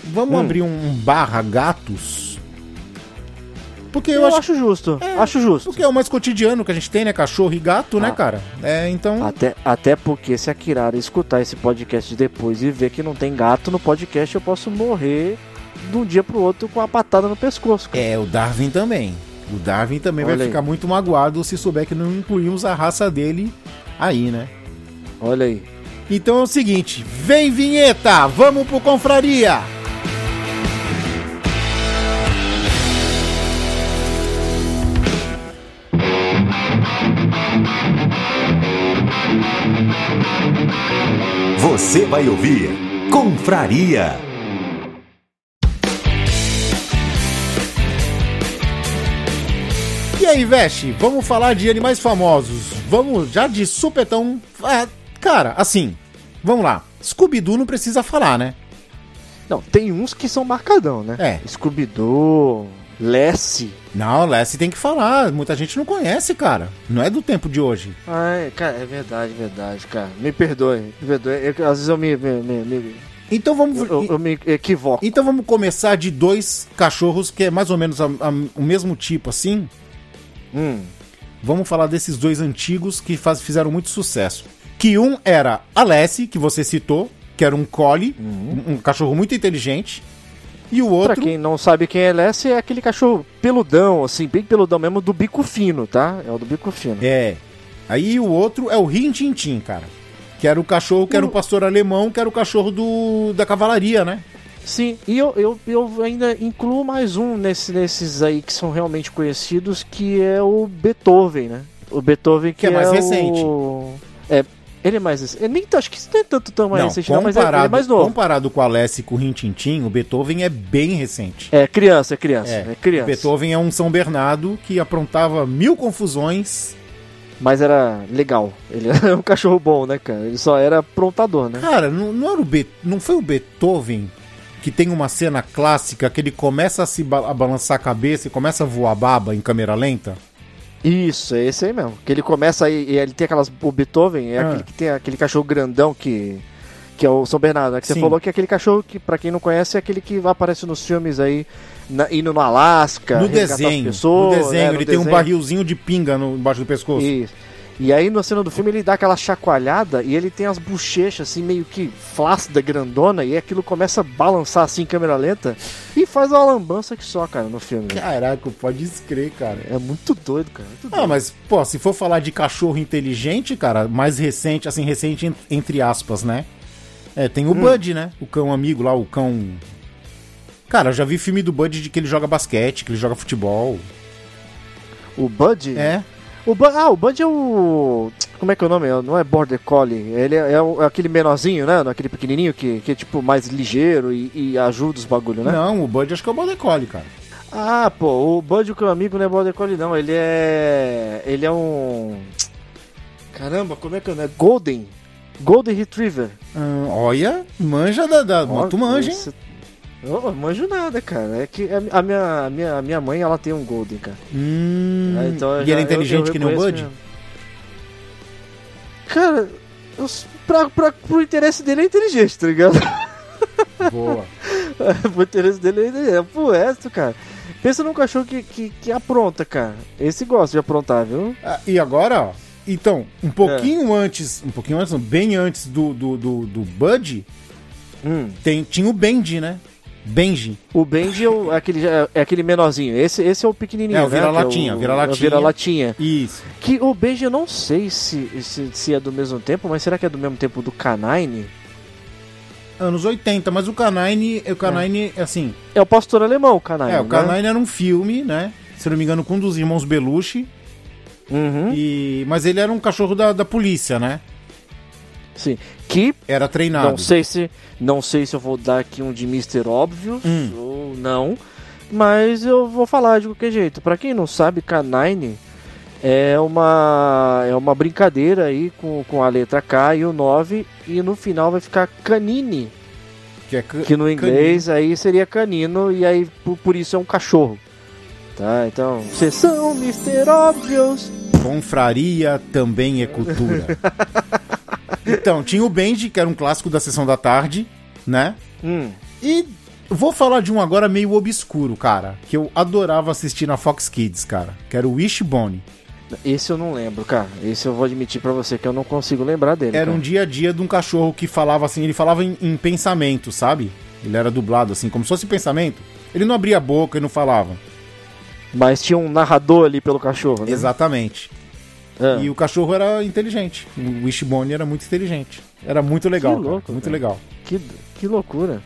Speaker 2: Vamos
Speaker 4: Hum.
Speaker 2: abrir um barra gatos. Porque
Speaker 4: Eu,
Speaker 2: eu, acho
Speaker 4: acho justo. Acho justo.
Speaker 2: porque é o mais cotidiano que a gente tem, né? Cachorro e gato, né,
Speaker 4: Ah.
Speaker 2: cara? É, então.
Speaker 4: Até, até porque se a Kirara escutar esse podcast depois e ver que não tem gato no podcast, eu posso morrer de um dia pro outro com uma patada no pescoço. Cara.
Speaker 2: É, o Darwin também. O Darwin também
Speaker 4: Olha
Speaker 2: vai
Speaker 4: aí.
Speaker 2: ficar muito magoado se souber que não incluímos a raça dele aí, né?
Speaker 4: Olha aí.
Speaker 2: Então é o seguinte: vem vinheta! Vamos pro Confraria!
Speaker 3: Você vai ouvir Confraria.
Speaker 2: E aí, Veste, vamos falar de animais famosos. Vamos já de supetão. Ah, cara, assim, vamos lá. Scooby-Doo não precisa falar, né?
Speaker 4: Não, tem uns que são marcadão, né?
Speaker 2: É.
Speaker 4: Scooby-Doo, Lessie.
Speaker 2: Não, Lessie tem que falar. Muita gente não conhece, cara. Não é do tempo de hoje.
Speaker 4: Ai, cara, é verdade, verdade, cara. Me perdoe, me perdoe. Eu- às vezes eu me, me, me- me-
Speaker 2: Então vamos.
Speaker 4: eu, eu me equivoco.
Speaker 2: Então vamos começar de dois cachorros que é mais ou menos a- a- o mesmo tipo assim.
Speaker 4: Hum,
Speaker 2: Vamos falar desses dois antigos que faz- fizeram muito sucesso. Que um era a Lassie, que você citou, que era um collie, um, um cachorro muito inteligente. E o
Speaker 4: Uhum. pra
Speaker 2: outro.
Speaker 4: quem não sabe quem é Lessie, é aquele cachorro peludão, assim, bem peludão mesmo, do bico fino, tá? É o do bico fino.
Speaker 2: É. Aí o outro é o Rin Tin Tin, cara. Que era o cachorro, que
Speaker 4: Hum.
Speaker 2: era o pastor alemão, que era o cachorro do, da cavalaria, né?
Speaker 4: Sim, e eu, eu, eu ainda incluo mais um nesse, nesses aí que são realmente conhecidos, que é o Beethoven, né? O Beethoven que,
Speaker 2: Que é mais
Speaker 4: o-
Speaker 2: recente.
Speaker 4: É, ele é mais recente. Eu nem t- acho que isso não é tanto tão mais recente, não, mas é, ele é
Speaker 2: comparado,
Speaker 4: mais novo.
Speaker 2: comparado com a Lassie e com o Rin Tin Tin, o Beethoven é bem recente.
Speaker 4: É criança, é criança,
Speaker 2: É,
Speaker 4: é, criança.
Speaker 2: Beethoven é um São Bernardo que aprontava mil confusões.
Speaker 4: Mas era legal. Ele *laughs* era um cachorro bom, né, cara? Ele só era aprontador, né?
Speaker 2: Cara, não, não era o Be- não foi o Beethoven que tem uma cena clássica que ele começa a se ba- a balançar a cabeça e começa a voar baba em câmera lenta?
Speaker 4: Isso, é esse aí mesmo. Que ele começa aí, e ele tem aquelas. O Beethoven é
Speaker 2: Ah.
Speaker 4: aquele que tem aquele cachorro grandão que. Que é o São Bernardo, né? Que
Speaker 2: Sim.
Speaker 4: você falou que é aquele cachorro que, pra quem não conhece, é aquele que aparece nos filmes aí, na- indo no Alasca,
Speaker 2: no
Speaker 4: resgatar as
Speaker 2: desenho.
Speaker 4: pessoas,
Speaker 2: no desenho,
Speaker 4: né,
Speaker 2: ele
Speaker 4: no
Speaker 2: tem um
Speaker 4: desenho.
Speaker 2: barrilzinho de pinga no, embaixo do pescoço.
Speaker 4: Isso. E aí, na cena do filme, ele dá aquela chacoalhada e ele tem as bochechas, assim, meio que flácida, grandona, e aquilo começa a balançar, assim, em câmera lenta, e faz uma lambança que só, cara, no filme.
Speaker 2: Caraca, pode escrever, cara.
Speaker 4: É muito doido, cara. Muito doido.
Speaker 2: Ah, mas, pô, se for falar de cachorro inteligente, cara, mais recente, assim, recente en- entre aspas, né? É, tem o
Speaker 4: Hum.
Speaker 2: Bud, né? O cão amigo lá, o cão. Cara, eu já vi filme do Bud de que ele joga basquete, que ele joga futebol.
Speaker 4: O Bud?
Speaker 2: É.
Speaker 4: O Bu- Ah, o Bud é o. Como é que é o nome? Não é Border Collie. Ele é, é o- é aquele menorzinho, né? Aquele pequenininho que, que é tipo mais ligeiro e, e ajuda os bagulho, né?
Speaker 2: Não, o Bud acho que é o Border Collie, cara.
Speaker 4: Ah, pô, o Bud, o meu amigo, não é Border Collie, não. Ele é. Ele é um. Caramba, como é que é? o
Speaker 2: né?
Speaker 4: nome? Golden. Golden Retriever.
Speaker 2: Hum, Ah, olha, manja da. da-
Speaker 4: Ó,
Speaker 2: tu manja, hein?
Speaker 4: esse- Eu não manjo nada, cara. É que a a minha, a minha, a minha mãe, ela tem um Golden, cara.
Speaker 2: Hum,
Speaker 4: Ah, então eu
Speaker 2: e
Speaker 4: já-
Speaker 2: ele é
Speaker 4: eu-
Speaker 2: inteligente
Speaker 4: eu
Speaker 2: que nem o
Speaker 4: reconheço
Speaker 2: Bud?
Speaker 4: mesmo. Cara, eu, s- pra, pra, pro interesse dele é inteligente, tá ligado? *laughs*
Speaker 2: Boa.
Speaker 4: pro interesse dele é inteligente. Pro resto, cara. Pensa num cachorro que, que, que apronta, cara. Esse gosta de aprontar, viu?
Speaker 2: Ah, e agora, ó. Então, um pouquinho
Speaker 4: É.
Speaker 2: antes, um pouquinho antes, não, bem antes do, do, do, do Bud,
Speaker 4: Hum.
Speaker 2: tem, tinha o Benji, né? Benji.
Speaker 4: O Benji é, o- é aquele, é aquele menorzinho. Esse, esse é o pequenininho,
Speaker 2: É, o
Speaker 4: né?
Speaker 2: vira-latinha,
Speaker 4: Que é o-
Speaker 2: vira-latinha.
Speaker 4: é o Vira-latinha.
Speaker 2: Isso.
Speaker 4: Que o Benji, eu não sei se, se, se é do mesmo tempo, mas será que é do mesmo tempo do Canine?
Speaker 2: Anos 80, mas o Canine, o Canine, assim,
Speaker 4: É o pastor alemão, o Canine.
Speaker 2: é, o
Speaker 4: né?
Speaker 2: Canine era um filme, né? Se não me engano, com um dos irmãos Belushi.
Speaker 4: Uhum.
Speaker 2: E, mas ele era um cachorro da, da polícia, né?
Speaker 4: Sim. Que
Speaker 2: Era treinado.
Speaker 4: não sei se não sei se eu vou dar aqui um de Mr. Óbvio
Speaker 2: Hum.
Speaker 4: ou não, mas eu vou falar de qualquer jeito. Pra quem não sabe, Canine é uma é uma brincadeira aí com, com a letra K e o 9 e no final vai ficar canine,
Speaker 2: Que, é ca-
Speaker 4: que no
Speaker 2: canino.
Speaker 4: inglês aí seria canino e aí por, por isso é um cachorro. Tá, então, vocês são Mr. Óbvios.
Speaker 2: Confraria também é
Speaker 4: *laughs*
Speaker 2: cultura. então, tinha o Benji, que era um clássico da sessão da tarde, né?
Speaker 4: Hum,
Speaker 2: E vou falar de um agora meio obscuro, cara. Que eu adorava assistir na Fox Kids, cara. Que era o Wishbone.
Speaker 4: esse eu não lembro, cara. Esse eu vou admitir pra você que eu não consigo lembrar dele.
Speaker 2: Era
Speaker 4: cara.
Speaker 2: um dia a dia de um cachorro que falava assim, ele falava em, em pensamento, sabe? Ele era dublado assim, como se fosse pensamento. Ele não abria a boca e não falava.
Speaker 4: Uhum. Mas tinha um narrador ali pelo cachorro, né?
Speaker 2: Exatamente.
Speaker 4: Ah.
Speaker 2: E o cachorro era inteligente. O Wishbone era muito inteligente. Era muito legal, cara.
Speaker 4: louco,
Speaker 2: Muito
Speaker 4: velho.
Speaker 2: legal.
Speaker 4: Que, que loucura.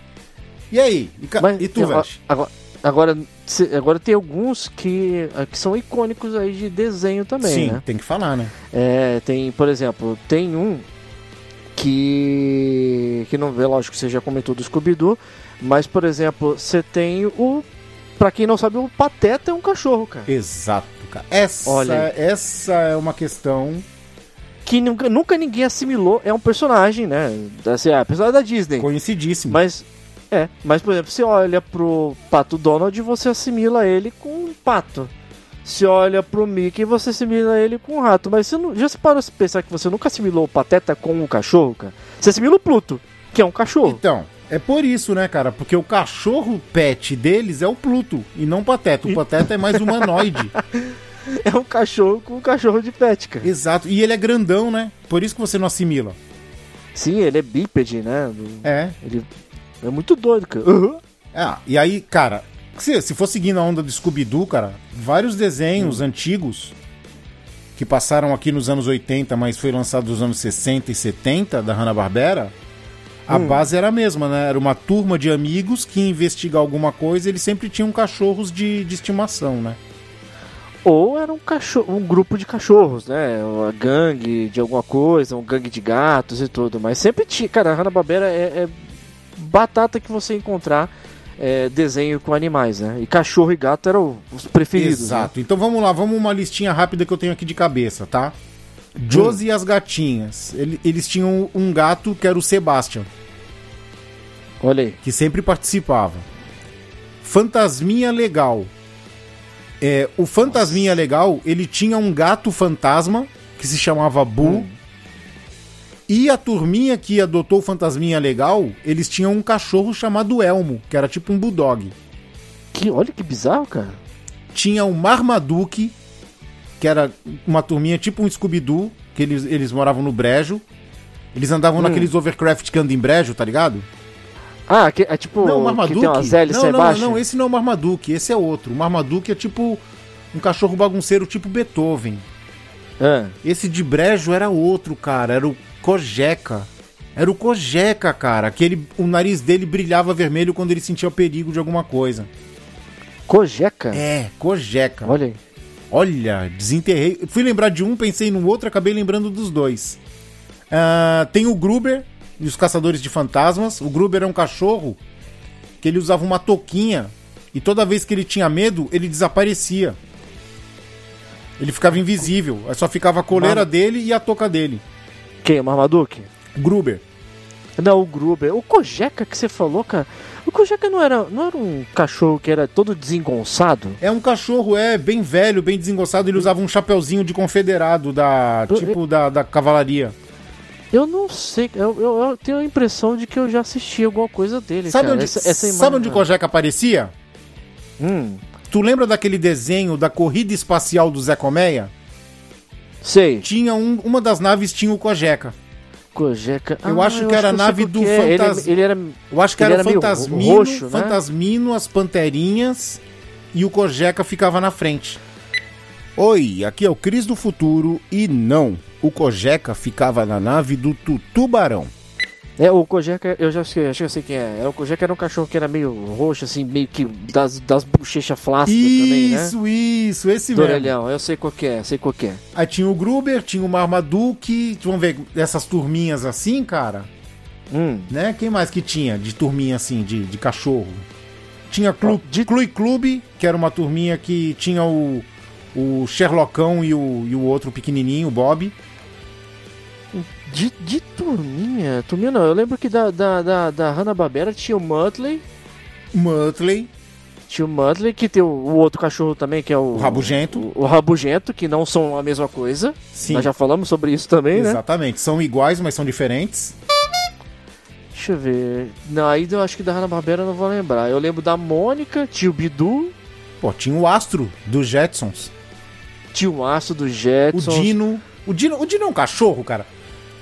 Speaker 2: E aí? E, ca- e tu,
Speaker 4: tem-
Speaker 2: velho?
Speaker 4: agora, agora, se- agora tem alguns que, ah, que são icônicos aí de desenho também,
Speaker 2: Sim,
Speaker 4: né?
Speaker 2: tem que falar, né?
Speaker 4: É, tem, por exemplo, tem um que que não vê, lógico, você já comentou do Scooby-Doo, mas, por exemplo, você tem o... Pra quem não sabe, o Pateta é um cachorro, cara.
Speaker 2: Exato, cara. Essa,
Speaker 4: Olha
Speaker 2: essa é uma questão
Speaker 4: Que nunca, nunca ninguém assimilou, é um personagem, né? Assim, é, personagem da Disney.
Speaker 2: conhecidíssima.
Speaker 4: Mas é, mas por exemplo, você olha pro Pato Donald e você assimila ele com um pato. Se olha pro Mickey e você assimila ele com um rato. Mas você não, já se parou pra pensar que você nunca assimilou o Pateta com um cachorro, cara? Você assimila o Pluto, que é um cachorro.
Speaker 2: Então, é por isso, né, cara? Porque o cachorro pet deles é o Pluto e não o Pateta. O Pateta é mais *laughs* humanoide.
Speaker 4: *laughs* É um cachorro com um cachorro de pet, cara.
Speaker 2: Exato. E ele é grandão, né? Por isso que você não assimila.
Speaker 4: Sim, ele é bípede, né?
Speaker 2: É.
Speaker 4: Ele é muito doido, cara. Uhum.
Speaker 2: Ah, e aí, cara, se, se for seguindo a onda do Scooby-Doo, cara, vários desenhos antigos que passaram aqui nos anos 80, mas foi lançado nos anos 60 e 70 da Hanna-Barbera, a base era a mesma, né? Era uma turma de amigos que ia investigar alguma coisa e eles sempre tinham cachorros de, de estimação, né?
Speaker 4: Ou era um, cachorro, um grupo de cachorros, né? Uma gangue de alguma coisa, um gangue de gatos e tudo. Mas sempre tinha. Cara, a Hanna-Barbera é, é batata que você encontrar é, desenho com animais, né? E cachorro e gato eram os preferidos. né?
Speaker 2: Exato. Então vamos lá, vamos uma listinha rápida que eu tenho aqui de cabeça, tá? Josie e as gatinhas. Ele- Eles tinham um gato que era o Sebastian,
Speaker 4: né? Olha aí.
Speaker 2: que sempre participava. Fantasminha Legal. É, o Fantasminha Legal, ele tinha um gato fantasma que se chamava Boo. E a turminha que adotou o Fantasminha Legal, eles tinham um cachorro chamado Elmo, que era tipo um bulldog.
Speaker 4: Que, olha que bizarro, cara.
Speaker 2: tinha o Marmaduke, que era uma turminha tipo um Scooby-Doo, que eles, eles moravam no brejo. Eles andavam
Speaker 4: Hum.
Speaker 2: naqueles overcraft que andam em brejo, tá ligado?
Speaker 4: Ah, que, é tipo.
Speaker 2: não, o
Speaker 4: que
Speaker 2: Marmaduke.
Speaker 4: tem umas hélices
Speaker 2: não,
Speaker 4: aí
Speaker 2: não,
Speaker 4: embaixo?
Speaker 2: não, não, esse não é o Marmaduke, esse é outro. O Marmaduke é tipo um cachorro bagunceiro tipo Beethoven.
Speaker 4: Ah,
Speaker 2: Esse de brejo era outro, cara, era o Cojeca. Era o Cojeca, cara. Aquele, o nariz dele brilhava vermelho quando ele sentia o perigo de alguma coisa.
Speaker 4: Cojeca?
Speaker 2: É, Cojeca.
Speaker 4: Olha aí.
Speaker 2: Olha, desenterrei. Fui lembrar de um, pensei no outro, acabei lembrando dos dois. Ah, tem o Gruber e os Caçadores de Fantasmas. O Gruber é um cachorro que ele usava uma touquinha e toda vez que ele tinha medo, ele desaparecia. Ele ficava invisível, aí só ficava a coleira
Speaker 4: Mano.
Speaker 2: dele e a touca dele.
Speaker 4: Quem? O Marmaduke?
Speaker 2: Gruber.
Speaker 4: Não, o Gruber. O Kojeca que você falou, cara. O Kojeca não era, não era um cachorro que era todo desengonçado?
Speaker 2: É um cachorro, é, bem velho, bem desengonçado. Ele usava um chapeuzinho de confederado, da tipo da, da cavalaria.
Speaker 4: Eu não sei, eu, eu- eu tenho a impressão de que eu já assisti alguma coisa dele.
Speaker 2: Sabe
Speaker 4: cara.
Speaker 2: onde,
Speaker 4: essa, essa imagem?
Speaker 2: sabe onde o Kojak aparecia?
Speaker 4: Hum,
Speaker 2: Tu lembra daquele desenho da corrida espacial do Zé Colmeia?
Speaker 4: sei.
Speaker 2: Tinha um, uma das naves tinha o Cojeca.
Speaker 4: Cojeca.
Speaker 2: Eu acho que era a
Speaker 4: Ah, eu sei
Speaker 2: nave
Speaker 4: qual
Speaker 2: do
Speaker 4: que é.
Speaker 2: fantas-
Speaker 4: Ele, ele era.
Speaker 2: Eu acho que
Speaker 4: Ele
Speaker 2: era,
Speaker 4: era
Speaker 2: o
Speaker 4: meio
Speaker 2: Fantasmino,
Speaker 4: roxo, né?
Speaker 2: Fantasmino, as Panterinhas e o Cojeca ficava na frente. Oi, aqui é o Cris do Futuro e não, o Cojeca ficava na nave do Tutubarão.
Speaker 4: É, o Cojeca, eu já sei, acho que eu sei quem é. Era O Cojeca era um cachorro que era meio roxo, assim, meio que das, das bochechas flácidas também, né?
Speaker 2: Isso, isso, esse
Speaker 4: Do
Speaker 2: mesmo.
Speaker 4: orelhão, eu sei qual que é, sei qual que é.
Speaker 2: Aí tinha o Gruber, tinha o Marmaduke, vamos ver, essas turminhas assim, cara,
Speaker 4: Hum.
Speaker 2: né? Quem mais que tinha de turminha assim, de, de cachorro? Tinha Clu,
Speaker 4: De-
Speaker 2: Clui Clube, que era uma turminha que tinha o, o Sherlockão e o, e o outro pequenininho, o Bob.
Speaker 4: De, de turminha? Turminha não, eu lembro que da, da, da, da Hanna-Barbera tinha o Muttley,
Speaker 2: Muttley,
Speaker 4: tinha o Muttley, que tem o, o outro cachorro também, que é o...
Speaker 2: o Rabugento.
Speaker 4: O, o Rabugento, que não são a mesma coisa.
Speaker 2: Sim,
Speaker 4: Nós já falamos sobre isso também, né?
Speaker 2: exatamente. São iguais, mas são diferentes.
Speaker 4: Deixa eu ver... Não, aí eu acho que da Hanna-Barbera eu não vou lembrar. Eu lembro da Mônica, tio Bidu,
Speaker 2: Pô, tinha o Astro dos Jetsons.
Speaker 4: tio Aço do
Speaker 2: O
Speaker 4: Jetson.
Speaker 2: Dino. O Dino, o Dino é um cachorro, cara.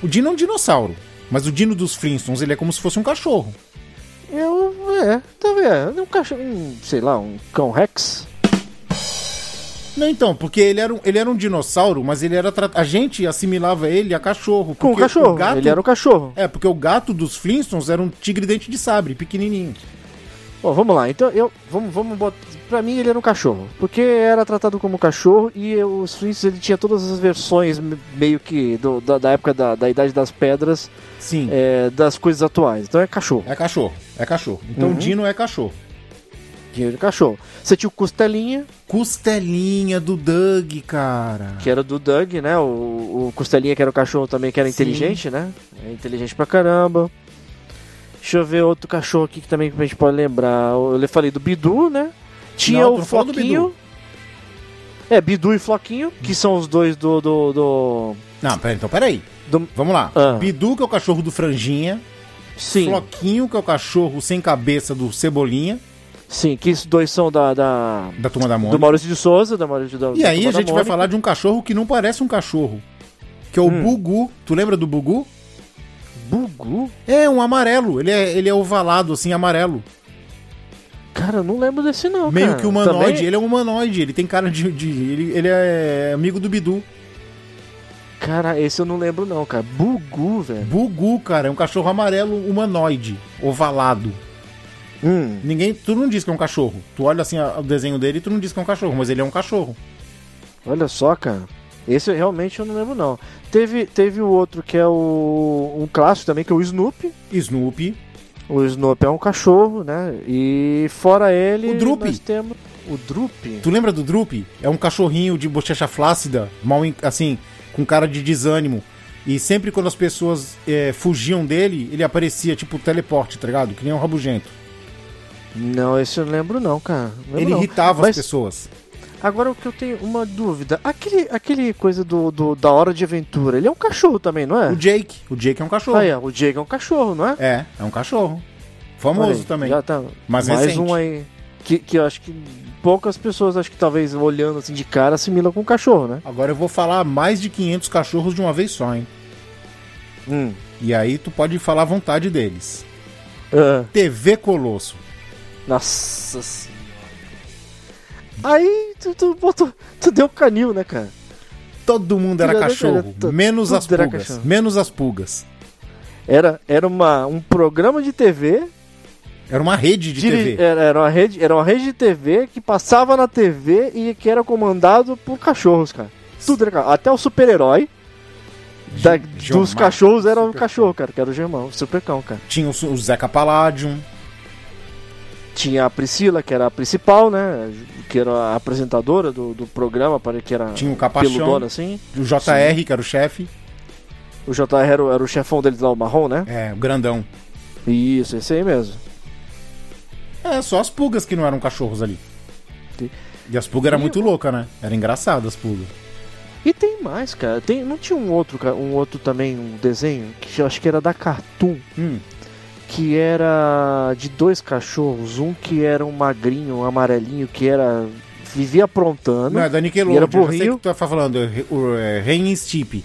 Speaker 2: O Dino é um dinossauro. Mas o Dino dos Flintstones, ele é como se fosse um cachorro.
Speaker 4: Eu, é, tá vendo? Um cachorro, um, sei lá, um cão Rex.
Speaker 2: Não, então, porque ele era um, ele era um dinossauro, mas ele era. tra- A gente assimilava ele a cachorro.
Speaker 4: Com o
Speaker 2: porque
Speaker 4: cachorro,
Speaker 2: gato-
Speaker 4: ele era o cachorro.
Speaker 2: É, porque o gato dos Flintstones era um tigre dente de sabre, pequenininho.
Speaker 4: Bom, vamos lá. Então, eu vamos, vamos botar. Pra mim, ele era um cachorro. Porque era tratado como cachorro e eu- os Flintstones ele tinha todas as versões me- meio que do- da, da época da, da Idade das Pedras,
Speaker 2: Sim. É,
Speaker 4: é, das coisas atuais. Então é cachorro.
Speaker 2: cachorro, é cachorro. Então
Speaker 4: Uhum.
Speaker 2: o Dino é cachorro.
Speaker 4: Dinheiro de cachorro. Você tinha o Costelinha,
Speaker 2: Costelinha do Doug, cara.
Speaker 4: que era do Doug, né? O, o Costelinha, que era o cachorro também, que era
Speaker 2: Sim.
Speaker 4: inteligente, né? É inteligente pra caramba. Deixa eu ver outro cachorro aqui que também a gente pode lembrar. Eu falei do Bidu, né? Tinha
Speaker 2: Não, tu
Speaker 4: o
Speaker 2: não falou do
Speaker 4: Floquinho. É, Bidu e Floquinho, que são os dois do. do, do-
Speaker 2: Não, pera, então peraí.
Speaker 4: Do-
Speaker 2: Vamos lá.
Speaker 4: Ah.
Speaker 2: Bidu, que é o cachorro do Franjinha.
Speaker 4: Sim,
Speaker 2: Floquinho, que é o cachorro sem cabeça do Cebolinha,
Speaker 4: sim, que esses dois são da. da-
Speaker 2: da Turma da
Speaker 4: do
Speaker 2: Mônica.
Speaker 4: Maurício de Souza, da Maurício da,
Speaker 2: E
Speaker 4: da
Speaker 2: aí a
Speaker 4: Turma da
Speaker 2: gente vai
Speaker 4: Mônica. Hum.
Speaker 2: falar de um cachorro que não parece um cachorro. Que é o Bugu. Tu lembra do Bugu?
Speaker 4: Bugu?
Speaker 2: É, um amarelo. Ele é, ele é ovalado, assim, amarelo.
Speaker 4: Cara, eu não lembro desse não.
Speaker 2: Meio
Speaker 4: cara.
Speaker 2: que humanoide.
Speaker 4: Também-
Speaker 2: Ele é um humanoide. Ele tem cara de. de- ele, ele é amigo do Bidu.
Speaker 4: Cara, esse eu não lembro não, cara. Bugu, velho.
Speaker 2: Bugu, cara, é um cachorro amarelo humanoide, ovalado.
Speaker 4: Hum.
Speaker 2: Ninguém. Tu não diz que é um cachorro. Tu olha assim a- o desenho dele e tu não diz que é um cachorro, mas ele é um cachorro.
Speaker 4: Olha só, cara. Esse eu realmente eu não lembro, não. Teve, teve o outro que é o. um clássico também, que é o Snoopy.
Speaker 2: Snoopy.
Speaker 4: O Snoopy é um cachorro, né? E fora ele.
Speaker 2: O Droopy.
Speaker 4: Nós temos o Droopy.
Speaker 2: Tu lembra do Droop? É um cachorrinho de bochecha flácida, mal en- assim, com cara de desânimo. E sempre quando as pessoas eh, fugiam dele, ele aparecia tipo teleporte, tá ligado? Que nem um rabugento.
Speaker 4: Não, esse eu não lembro, não, cara. Não lembro
Speaker 2: Ele
Speaker 4: não.
Speaker 2: irritava
Speaker 4: Mas
Speaker 2: as pessoas.
Speaker 4: Agora o que eu tenho uma dúvida. Aquele, aquele coisa do, do- da hora de aventura, ele é um cachorro também, não é?
Speaker 2: O Jake. O Jake é um cachorro.
Speaker 4: Aí, ó, o Diego é um cachorro, não é?
Speaker 2: É, é um cachorro.
Speaker 4: Olha
Speaker 2: Famoso
Speaker 4: aí,
Speaker 2: também.
Speaker 4: já tá.
Speaker 2: Mas
Speaker 4: Mais
Speaker 2: recente.
Speaker 4: um aí. Que, que eu acho que poucas pessoas, acho que talvez olhando assim de cara, assimilam com cachorro, né?
Speaker 2: Agora eu vou falar mais de 500 cachorros de uma vez só, hein?
Speaker 4: Hum.
Speaker 2: E aí tu pode falar à vontade deles. TV Colosso.
Speaker 4: É, nossa senhora. Aí tu, tu botou. Tu deu canil, né, cara?
Speaker 2: Todo mundo era
Speaker 4: Era- era
Speaker 2: cachorro,
Speaker 4: to-
Speaker 2: menos
Speaker 4: tudo
Speaker 2: as
Speaker 4: era
Speaker 2: pulgas.
Speaker 4: cachorro.
Speaker 2: Menos as pulgas.
Speaker 4: Era, era uma, um programa de TV.
Speaker 2: Era uma rede de
Speaker 4: diri-
Speaker 2: TV.
Speaker 4: Era, era, uma rede, era uma rede de TV que passava na TV e que era comandado por cachorros, cara. Tudo era cachorro. Até o super-herói da- dos
Speaker 2: Geomar-
Speaker 4: cachorros era o
Speaker 2: Supercão.
Speaker 4: cachorro, cara, que era o Germão, o supercão, cara.
Speaker 2: Tinha o, o Zeca Palladium.
Speaker 4: tinha a Priscila, que era a principal, né? Que era a apresentadora do, do programa, para que era
Speaker 2: Tinha o Capachão.
Speaker 4: peludona, assim.
Speaker 2: O JR, que era o chefe.
Speaker 4: O JR era, o- era o chefão deles lá, o marrom, né?
Speaker 2: É, o grandão.
Speaker 4: Isso, esse aí mesmo.
Speaker 2: É, só as pulgas que não eram cachorros ali. E as pulgas eram muito loucas, né? Era engraçado as pulgas.
Speaker 4: E tem mais, cara. Tem, não tinha um outro, ca- um outro também, um desenho, que eu acho que era da Cartoon,
Speaker 2: Hum.
Speaker 4: que era de dois cachorros, um que era um magrinho, um amarelinho, que era. vivia aprontando.
Speaker 2: Não, é da
Speaker 4: E
Speaker 2: Nickelodeon.
Speaker 4: era pro
Speaker 2: eu sei
Speaker 4: Rio.
Speaker 2: que tu tá falando. é, re- o, é, Ren e Stipe.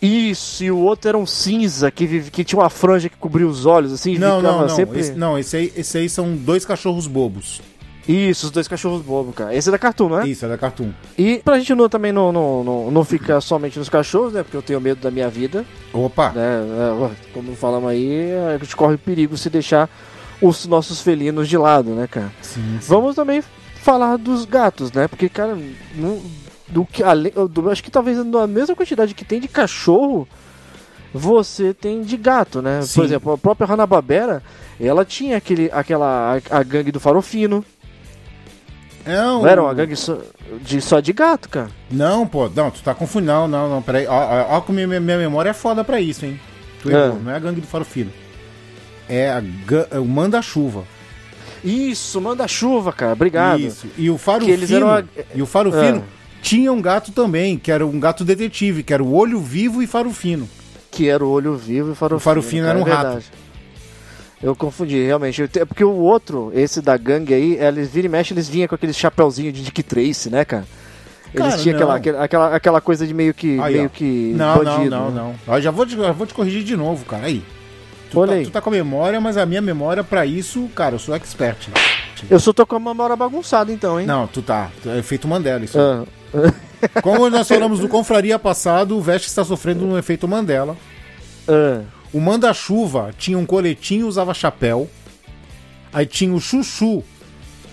Speaker 4: Isso, e o outro era um cinza, que, vive, que tinha uma franja que cobria os olhos, assim, e
Speaker 2: Não,
Speaker 4: ficava
Speaker 2: não, não.
Speaker 4: sempre.
Speaker 2: Esse, não, esse aí, esse aí são dois cachorros bobos.
Speaker 4: Isso, os dois cachorros bobos, cara. Esse é da Cartoon, né?
Speaker 2: Isso, é da Cartoon.
Speaker 4: E pra gente não, também não, não, não, não ficar somente nos cachorros, né? Porque eu tenho medo da minha vida,
Speaker 2: Opa!
Speaker 4: né? é, ó, Como falamos aí, a gente corre o perigo se deixar os nossos felinos de lado, né, cara?
Speaker 2: Sim, sim.
Speaker 4: Vamos também falar dos gatos, né? Porque, cara, não- do que, além, eu do- acho que talvez na mesma quantidade que tem de cachorro, você tem de gato, né?
Speaker 2: Sim.
Speaker 4: Por exemplo, a própria Hanna-Barbera, ela tinha aquele, aquela, a, a gangue do farofino.
Speaker 2: Não,
Speaker 4: Não era uma gangue só de, só de gato, cara.
Speaker 2: É um- não, pô, não, tu tá confundindo. Não, não, não, peraí. Ó, ó, ó como minha, minha memória é foda pra isso, hein? Tu
Speaker 4: É.
Speaker 2: errou, não é a gangue do farofino. É a ga- é o manda-chuva.
Speaker 4: Isso, manda-chuva, cara. Obrigado.
Speaker 2: Isso. E o farofino,
Speaker 4: Que eles eram a- Ah.
Speaker 2: e o farofino tinha um gato também, que era um gato detetive, que era o olho vivo e farofino.
Speaker 4: Que era o olho vivo e farofino.
Speaker 2: O farofino
Speaker 4: cara,
Speaker 2: era um
Speaker 4: é
Speaker 2: rato.
Speaker 4: verdade. Eu confundi, realmente. Eu te- É porque o outro, esse da gangue aí, eles vira e mexe, eles vinham com aquele chapéuzinho de Dick Trace, né, cara? Eles
Speaker 2: Cara,
Speaker 4: tinham aquela,
Speaker 2: não.
Speaker 4: aquela, aquela, aquela coisa de meio que.
Speaker 2: Aí,
Speaker 4: meio
Speaker 2: ó.
Speaker 4: que
Speaker 2: Não,
Speaker 4: bandido,
Speaker 2: não, não,
Speaker 4: né?
Speaker 2: não. Eu já vou te, eu vou te corrigir de novo, cara. Aí. Tu,
Speaker 4: Olha
Speaker 2: tá,
Speaker 4: aí.
Speaker 2: tu tá com a memória, mas a minha memória pra isso, cara, eu sou expert. né?
Speaker 4: Eu só tô com a memória bagunçada então, hein?
Speaker 2: Não, tu tá. Tu É efeito Mandela isso.
Speaker 4: Ah,
Speaker 2: Como nós falamos do Confraria passado, o Veste está sofrendo um efeito Mandela.
Speaker 4: ah.
Speaker 2: O manda-chuva tinha um coletinho, usava chapéu. Aí tinha o chuchu,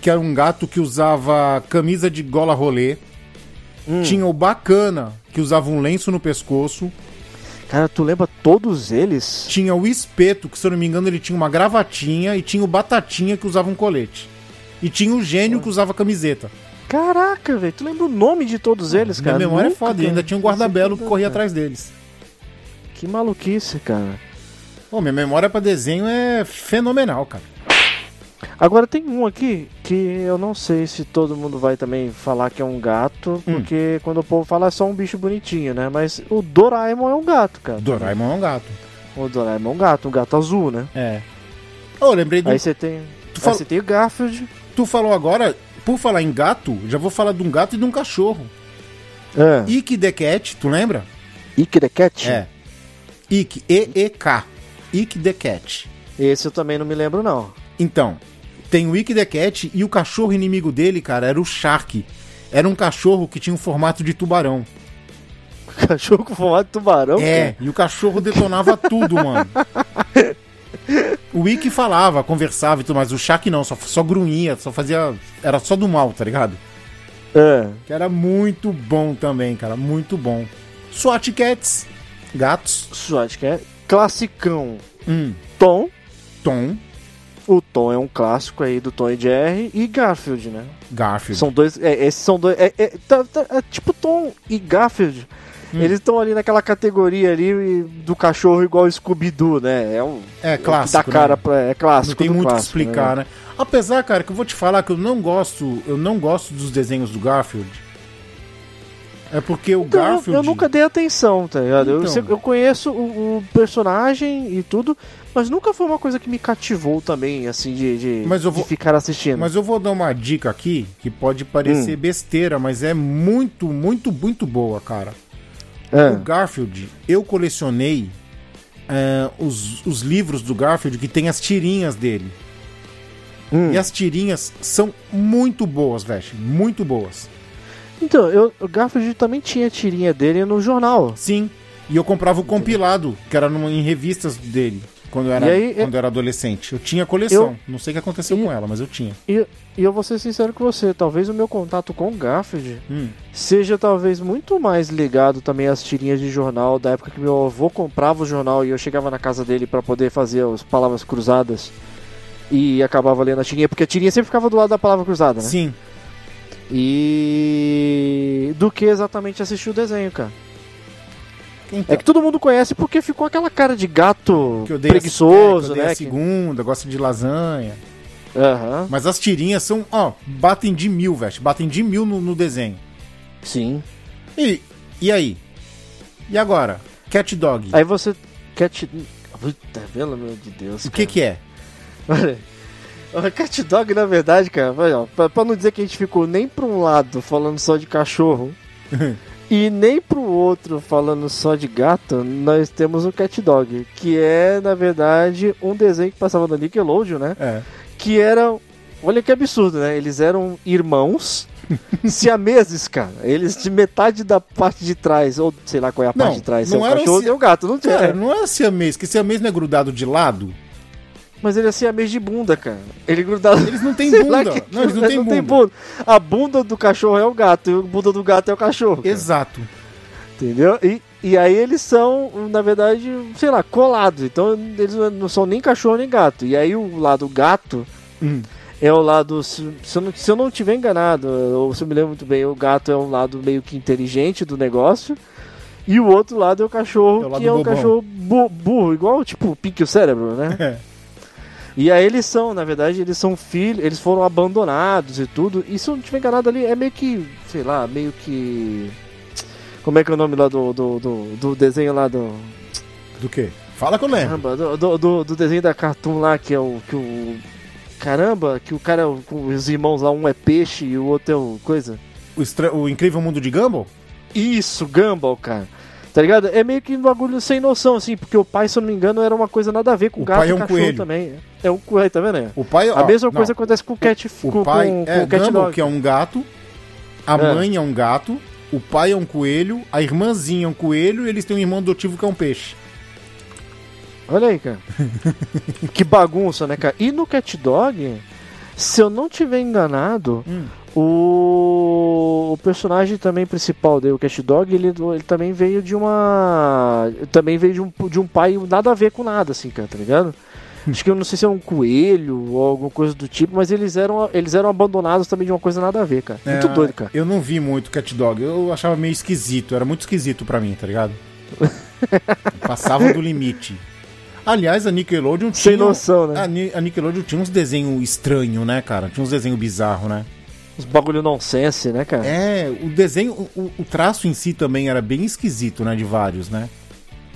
Speaker 2: que era um gato que usava camisa de gola rolê. Tinha o bacana, que usava um lenço no pescoço.
Speaker 4: Cara, tu lembra todos eles?
Speaker 2: Tinha o espeto, que se eu não me engano ele tinha uma gravatinha. E tinha o batatinha, que usava um colete. E tinha o gênio, que usava camiseta.
Speaker 4: Caraca, velho, tu lembra o nome de todos eles, cara?
Speaker 2: Minha memória
Speaker 4: Nunca,
Speaker 2: é foda. E
Speaker 4: cara.
Speaker 2: ainda tinha um guardabelo que
Speaker 4: Nossa,
Speaker 2: corria
Speaker 4: cara.
Speaker 2: atrás deles.
Speaker 4: Que maluquice, cara.
Speaker 2: Pô, minha memória pra desenho é fenomenal, cara.
Speaker 4: Agora tem um aqui que eu não sei se todo mundo vai também falar que é um gato,
Speaker 2: Hum.
Speaker 4: porque quando o povo fala é só um bicho bonitinho, né? Mas o Doraemon é um gato, cara.
Speaker 2: Doraemon é um gato.
Speaker 4: O Doraemon é um gato, um gato azul, né?
Speaker 2: É. Eu lembrei do
Speaker 4: Aí você tem.
Speaker 2: Tu
Speaker 4: aí
Speaker 2: fala-
Speaker 4: você tem o Garfield.
Speaker 2: Tu falou agora, por falar em gato, já vou falar de um gato e de um cachorro.
Speaker 4: É.
Speaker 2: Ike the Cat, tu lembra?
Speaker 4: Ike the Cat?
Speaker 2: É. Ike, E-E-K. Ike the Cat.
Speaker 4: Esse eu também não me lembro, não. *laughs*
Speaker 2: Então, tem o Ike the Cat e o cachorro inimigo dele, cara, era o Shark. Era um cachorro que tinha um formato de tubarão.
Speaker 4: Cachorro com formato de
Speaker 2: É,
Speaker 4: tubarão? cara.
Speaker 2: e o cachorro
Speaker 4: *laughs*
Speaker 2: detonava tudo, mano. O Ike falava, conversava e tudo, mas o Shark não, só, só grunhia, só fazia. Era só do mal, tá ligado?
Speaker 4: É.
Speaker 2: Que era muito bom também, cara. Muito bom. SWAT Cats. Gatos.
Speaker 4: Isso acho que é classicão.
Speaker 2: Hum.
Speaker 4: Tom.
Speaker 2: Tom.
Speaker 4: O Tom é um clássico aí do Tom e Jerry. E Garfield, né?
Speaker 2: Garfield.
Speaker 4: São dois. é, esses são dois. É, é, tá- tá- é tipo Tom e Garfield.
Speaker 2: Hum.
Speaker 4: Eles estão ali naquela categoria ali e- do cachorro igual Scooby-Doo, né? É um.
Speaker 2: É
Speaker 4: o que
Speaker 2: clássico.
Speaker 4: Dá cara
Speaker 2: né?
Speaker 4: pra. É clássico.
Speaker 2: Não tem
Speaker 4: do
Speaker 2: muito o que
Speaker 4: clássico,
Speaker 2: explicar,
Speaker 4: né?
Speaker 2: né? Apesar, cara, que eu vou te falar que eu não gosto, eu não gosto dos desenhos do Garfield. É porque o
Speaker 4: Então, eu-
Speaker 2: Garfield.
Speaker 4: eu nunca dei atenção, tá ligado? Eu,
Speaker 2: Então.
Speaker 4: sempre- eu conheço o, o personagem e tudo, mas nunca foi uma coisa que me cativou também, assim, de, de-
Speaker 2: Mas eu
Speaker 4: de
Speaker 2: vou-
Speaker 4: ficar assistindo.
Speaker 2: Mas eu vou dar uma dica aqui que pode
Speaker 4: Hum.
Speaker 2: parecer besteira, mas é muito, muito, muito boa, cara. O
Speaker 4: Ah,
Speaker 2: Garfield, eu colecionei é, os, os livros do Garfield que tem as tirinhas dele.
Speaker 4: hum.
Speaker 2: E as tirinhas são muito boas, velho. Muito boas.
Speaker 4: Então, eu, o Garfield também tinha a tirinha dele no jornal.
Speaker 2: Sim. E eu comprava o compilado, que era numa- em revistas dele, quando eu era,
Speaker 4: E aí, é- eu-
Speaker 2: quando eu era adolescente. Eu tinha coleção. Não sei o que aconteceu com ela, mas eu tinha.
Speaker 4: E, e eu vou ser sincero com você, talvez o meu contato com o Garfield
Speaker 2: Hum.
Speaker 4: seja talvez muito mais ligado também às tirinhas de jornal da época que meu avô comprava o jornal e eu chegava na casa dele pra poder fazer as palavras cruzadas e acabava lendo a tirinha, porque a tirinha sempre ficava do lado da palavra cruzada, né?
Speaker 2: Sim.
Speaker 4: E do que exatamente assistir o desenho, cara.
Speaker 2: Então,
Speaker 4: É que todo mundo conhece porque ficou aquela cara de gato
Speaker 2: que odeia-
Speaker 4: preguiçoso,
Speaker 2: é, que odeia
Speaker 4: né?
Speaker 2: a
Speaker 4: que-
Speaker 2: segunda, gosta de lasanha.
Speaker 4: Aham,
Speaker 2: Mas as tirinhas são, ó, batem de mil, velho. Batem de mil no, no desenho.
Speaker 4: sim.
Speaker 2: E, e aí? E agora? Cat Dog.
Speaker 4: Aí você quer te... Puta, pelo amor de Deus,
Speaker 2: o que que é?
Speaker 4: Olha, o Cat Dog, na verdade, cara, olha, ó, pra, pra não dizer que a gente ficou nem pra um lado falando só
Speaker 2: *laughs*
Speaker 4: de cachorro e nem pro outro falando só de gato, nós temos o Cat Dog, que é, na verdade, um desenho que passava na Nickelodeon, né?
Speaker 2: É.
Speaker 4: Que era. Olha que absurdo, né? Eles eram
Speaker 2: *laughs*
Speaker 4: irmãos. siameses, cara. Eles de metade da parte de trás, ou sei lá qual é a
Speaker 2: Não,
Speaker 4: parte de trás, se é
Speaker 2: não
Speaker 4: o
Speaker 2: eram
Speaker 4: cachorro ou
Speaker 2: si-
Speaker 4: se é o gato, não tinha.
Speaker 2: Cara, não é siamês, que siamês não é grudado de lado?
Speaker 4: Mas ele é siamês de bunda, cara. Ele grudado *laughs*
Speaker 2: Eles não têm
Speaker 4: Sei
Speaker 2: bunda.
Speaker 4: lá que- é,
Speaker 2: Não, eles não têm bunda.
Speaker 4: A bunda do cachorro é o gato e a bunda do gato é o cachorro. cara.
Speaker 2: Exato.
Speaker 4: Entendeu? E, e aí eles são, na verdade, sei lá, colados. Então eles não são nem cachorro nem gato. E aí o lado gato
Speaker 2: Hum.
Speaker 4: é o lado. Se, se eu não, se eu não tiver enganado, ou se eu me lembro muito bem, o gato é um lado meio que inteligente do negócio. E o outro lado é o
Speaker 2: É o
Speaker 4: cachorro,
Speaker 2: lado
Speaker 4: que é um
Speaker 2: bobão.
Speaker 4: cachorro bu- burro, igual tipo pique o cérebro, né?
Speaker 2: *laughs* É.
Speaker 4: E aí eles são, na verdade, eles são filhos, eles foram abandonados e tudo. E se eu não tiver enganado ali, é meio que, sei lá, meio que. Como é que é o nome lá do, do, do, do desenho lá do.
Speaker 2: Do quê? Fala que eu lembro.
Speaker 4: Caramba, do, do, do- do desenho da Cartoon lá, que é o. Que o caramba, que o cara é o- com os irmãos lá, um é peixe e o outro é o coisa.
Speaker 2: O, estra- o Incrível Mundo de Gumball?
Speaker 4: Isso, Gumball, cara. Tá ligado? É meio que um bagulho sem noção, assim, porque o pai, se eu não me engano, era uma coisa nada a ver com
Speaker 2: O
Speaker 4: gato
Speaker 2: pai
Speaker 4: e
Speaker 2: é um
Speaker 4: cachorro
Speaker 2: coelho.
Speaker 4: também. É um coelho, tá vendo? aí?
Speaker 2: O pai
Speaker 4: A
Speaker 2: ó,
Speaker 4: mesma
Speaker 2: não.
Speaker 4: coisa acontece com o Cat com,
Speaker 2: O pai
Speaker 4: com,
Speaker 2: é
Speaker 4: com o Cat
Speaker 2: Gumball,
Speaker 4: Dog.
Speaker 2: que é um gato. A
Speaker 4: É.
Speaker 2: mãe é um gato. O pai é um coelho. A irmãzinha é um coelho. E eles têm um irmão adotivo que é um peixe.
Speaker 4: Olha aí, cara. que bagunça, né, cara? E no Cat Dog, se eu não tiver enganado,
Speaker 2: Hum.
Speaker 4: o... o personagem também principal dele, o Cat Dog, ele, ele também veio de uma. Também veio de um, de um pai nada a ver com nada, assim, cara, tá ligado?
Speaker 2: Hum.
Speaker 4: Acho que eu não sei se é um coelho ou alguma coisa do tipo, mas eles eram, eles eram abandonados também de uma coisa nada a ver, cara. Muito
Speaker 2: É,
Speaker 4: doido, cara.
Speaker 2: Eu não vi muito Cat Dog. Eu achava meio esquisito. Era muito esquisito pra mim, tá
Speaker 4: *laughs*
Speaker 2: ligado? Passava do limite. Aliás, a Nickelodeon tinha. um- Ah.
Speaker 4: Sem noção, né?
Speaker 2: A, Ni- a Nickelodeon tinha uns desenhos estranhos, né, cara? Tinha uns desenhos bizarros, né?
Speaker 4: Os bagulho nonsense, né, cara?
Speaker 2: É, o desenho, o, o traço em si também era bem esquisito, né? De vários, né?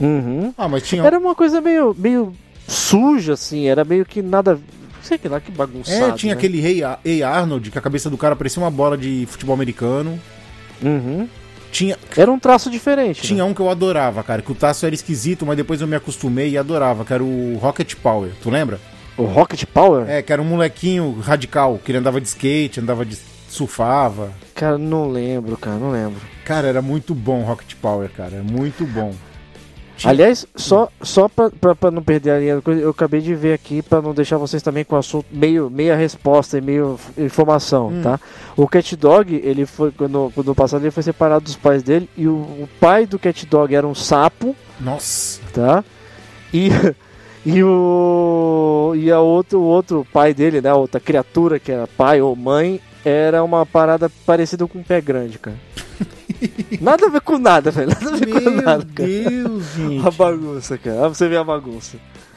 Speaker 4: Uhum.
Speaker 2: Ah, mas tinha.
Speaker 4: Era uma coisa meio, meio suja, assim, era meio que nada. Sei que lá que bagunçado.
Speaker 2: É, tinha
Speaker 4: né?
Speaker 2: aquele Rei Ar- Ei Arnold, que a cabeça do cara parecia uma bola de futebol americano.
Speaker 4: Uhum.
Speaker 2: Tinha,
Speaker 4: Era um traço diferente. né?
Speaker 2: tinha um que eu adorava, cara, que o traço era esquisito, mas depois eu me acostumei e adorava, que era o Rocket Power, tu lembra?
Speaker 4: O Rocket Power?
Speaker 2: um- É, que era um molequinho radical, que ele andava de skate, andava de. surfava.
Speaker 4: Cara, não lembro, cara, não lembro.
Speaker 2: Cara, era muito bom o Rocket Power, cara, era muito bom. Tinha-
Speaker 4: Aliás, só, só pra, pra, pra não perder a linha da coisa, eu acabei de ver aqui, pra não deixar vocês também com o assunto, meio, meia resposta e meio f- informação,
Speaker 2: Hum.
Speaker 4: tá? O Cat Dog, ele foi, quando, quando no passado, ele foi separado dos pais dele, e o, o pai do Cat Dog era um sapo,
Speaker 2: Nossa,
Speaker 4: tá? E, *laughs* e o e a outro, o outro pai dele, né, a outra criatura que era pai ou mãe, era uma parada parecida com um pé
Speaker 2: *laughs*
Speaker 4: grande, cara. Nada a ver com nada, velho. Nada a ver com
Speaker 2: meu
Speaker 4: nada, cara.
Speaker 2: Deus, gente.
Speaker 4: A bagunça, cara. Pra você ver a bagunça.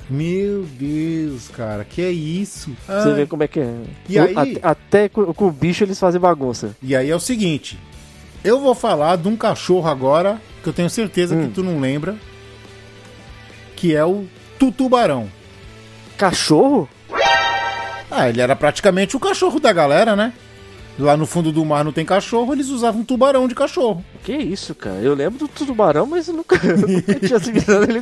Speaker 2: Meu Deus, cara, que é isso?
Speaker 4: Pra você
Speaker 2: Ai,
Speaker 4: ver como é que é.
Speaker 2: E
Speaker 4: O-
Speaker 2: aí?
Speaker 4: at- até com, com o bicho eles fazem bagunça.
Speaker 2: E aí é o seguinte, eu vou falar de um cachorro agora que eu tenho certeza
Speaker 4: Hum.
Speaker 2: que tu não lembra, que é o Tutubarão.
Speaker 4: Cachorro?
Speaker 2: Ah, ele era praticamente o cachorro da galera, né? Lá no fundo do mar não tem cachorro, eles usavam um tubarão de cachorro.
Speaker 4: Que isso, cara. Eu lembro do tubarão, mas eu nunca, *laughs* eu
Speaker 2: *laughs*
Speaker 4: nunca tinha se virado ele.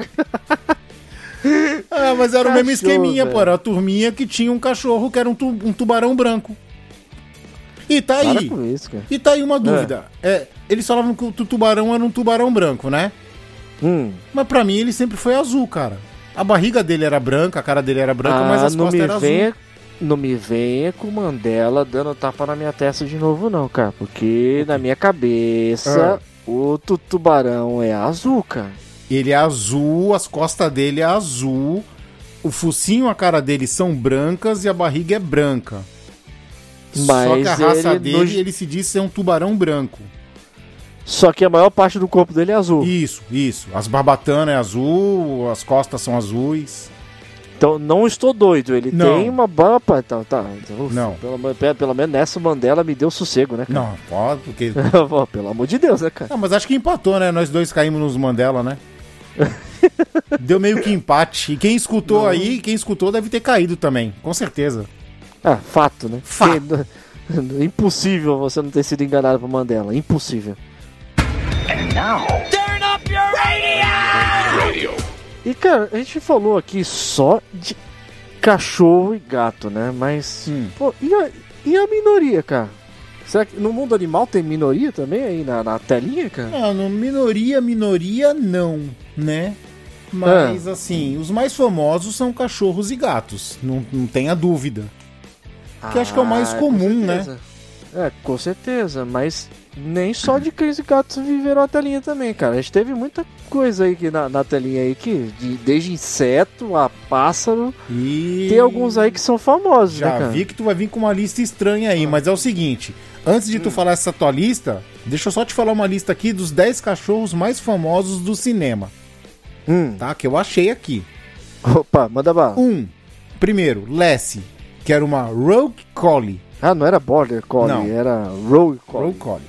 Speaker 2: Ah, mas era o mesmo
Speaker 4: Cachorro,
Speaker 2: esqueminha, pô.
Speaker 4: velho.
Speaker 2: Era a turminha que tinha um cachorro que era um, tu- um tubarão branco. E tá
Speaker 4: Para
Speaker 2: aí.
Speaker 4: com isso, cara.
Speaker 2: E tá aí uma dúvida. É, eles falavam que o tu- tubarão era um tubarão branco, né?
Speaker 4: Hum.
Speaker 2: Mas pra mim ele sempre foi azul, cara. A barriga dele era branca, a cara dele era branca, mas as
Speaker 4: Ah, não
Speaker 2: costas
Speaker 4: me
Speaker 2: eram azul.
Speaker 4: venha, Não me venha com Mandela dando tapa na minha testa de novo, não, cara. Porque na minha cabeça
Speaker 2: Ah.
Speaker 4: o tu- tubarão é azul, cara.
Speaker 2: Ele é azul, as costas dele é azul, o focinho e a cara dele são brancas e a barriga é branca. Só
Speaker 4: Mas
Speaker 2: que a raça
Speaker 4: ele
Speaker 2: dele,
Speaker 4: nos-
Speaker 2: ele se diz ser um tubarão branco.
Speaker 4: Só que a maior parte do corpo dele é azul.
Speaker 2: Isso, isso. As barbatanas é azul, as costas são azuis.
Speaker 4: Então não estou doido. Ele
Speaker 2: Não.
Speaker 4: tem uma barba. Então, tá. Então, ufa,
Speaker 2: Não.
Speaker 4: Pelo, amor- pe- pelo menos nessa Mandela me deu sossego, né, cara?
Speaker 2: Não, pode, porque.
Speaker 4: Pô, *laughs* pelo amor de Deus, né, cara?
Speaker 2: Não, Ah, mas acho que empatou, né? Nós dois caímos nos Mandela, *laughs* né? Deu meio que empate. E quem escutou aí, quem escutou deve ter caído também, com certeza.
Speaker 4: Ah, fato, né?
Speaker 2: Fato.
Speaker 4: Porque- Impossível você não ter sido enganado por Mandela. Impossível. E cara, a gente falou aqui só de cachorro e gato, né? Mas.
Speaker 2: Hum.
Speaker 4: pô, e, a, e a minoria, cara? Será que no mundo animal tem minoria também aí na, na telinha, cara?
Speaker 2: Mano, minoria, minoria não, né? Mas assim, os mais famosos são cachorros e gatos, não, não tenha dúvida. Que acho que é o mais
Speaker 4: Ah, com
Speaker 2: comum, né?
Speaker 4: certeza. É, com certeza, mas nem só de cães e gatos viveram a telinha também, cara. A gente teve muita coisa aí que na, na telinha aí que de- desde inseto a pássaro,
Speaker 2: E
Speaker 4: tem alguns aí que são famosos, né,
Speaker 2: já
Speaker 4: cara?
Speaker 2: vi que tu vai vir com uma lista estranha aí, mas é o seguinte, antes de tu falar essa tua lista, deixa eu só te falar uma lista aqui dos 10 cachorros mais famosos do cinema,
Speaker 4: Hum.
Speaker 2: tá? Que eu achei aqui.
Speaker 4: Opa, manda bala.
Speaker 2: Um, primeiro, Lassie, que era uma Rogue Collie.
Speaker 4: Ah, não era border collie,
Speaker 2: Não.
Speaker 4: era rogue collie.
Speaker 2: Rogue Collie.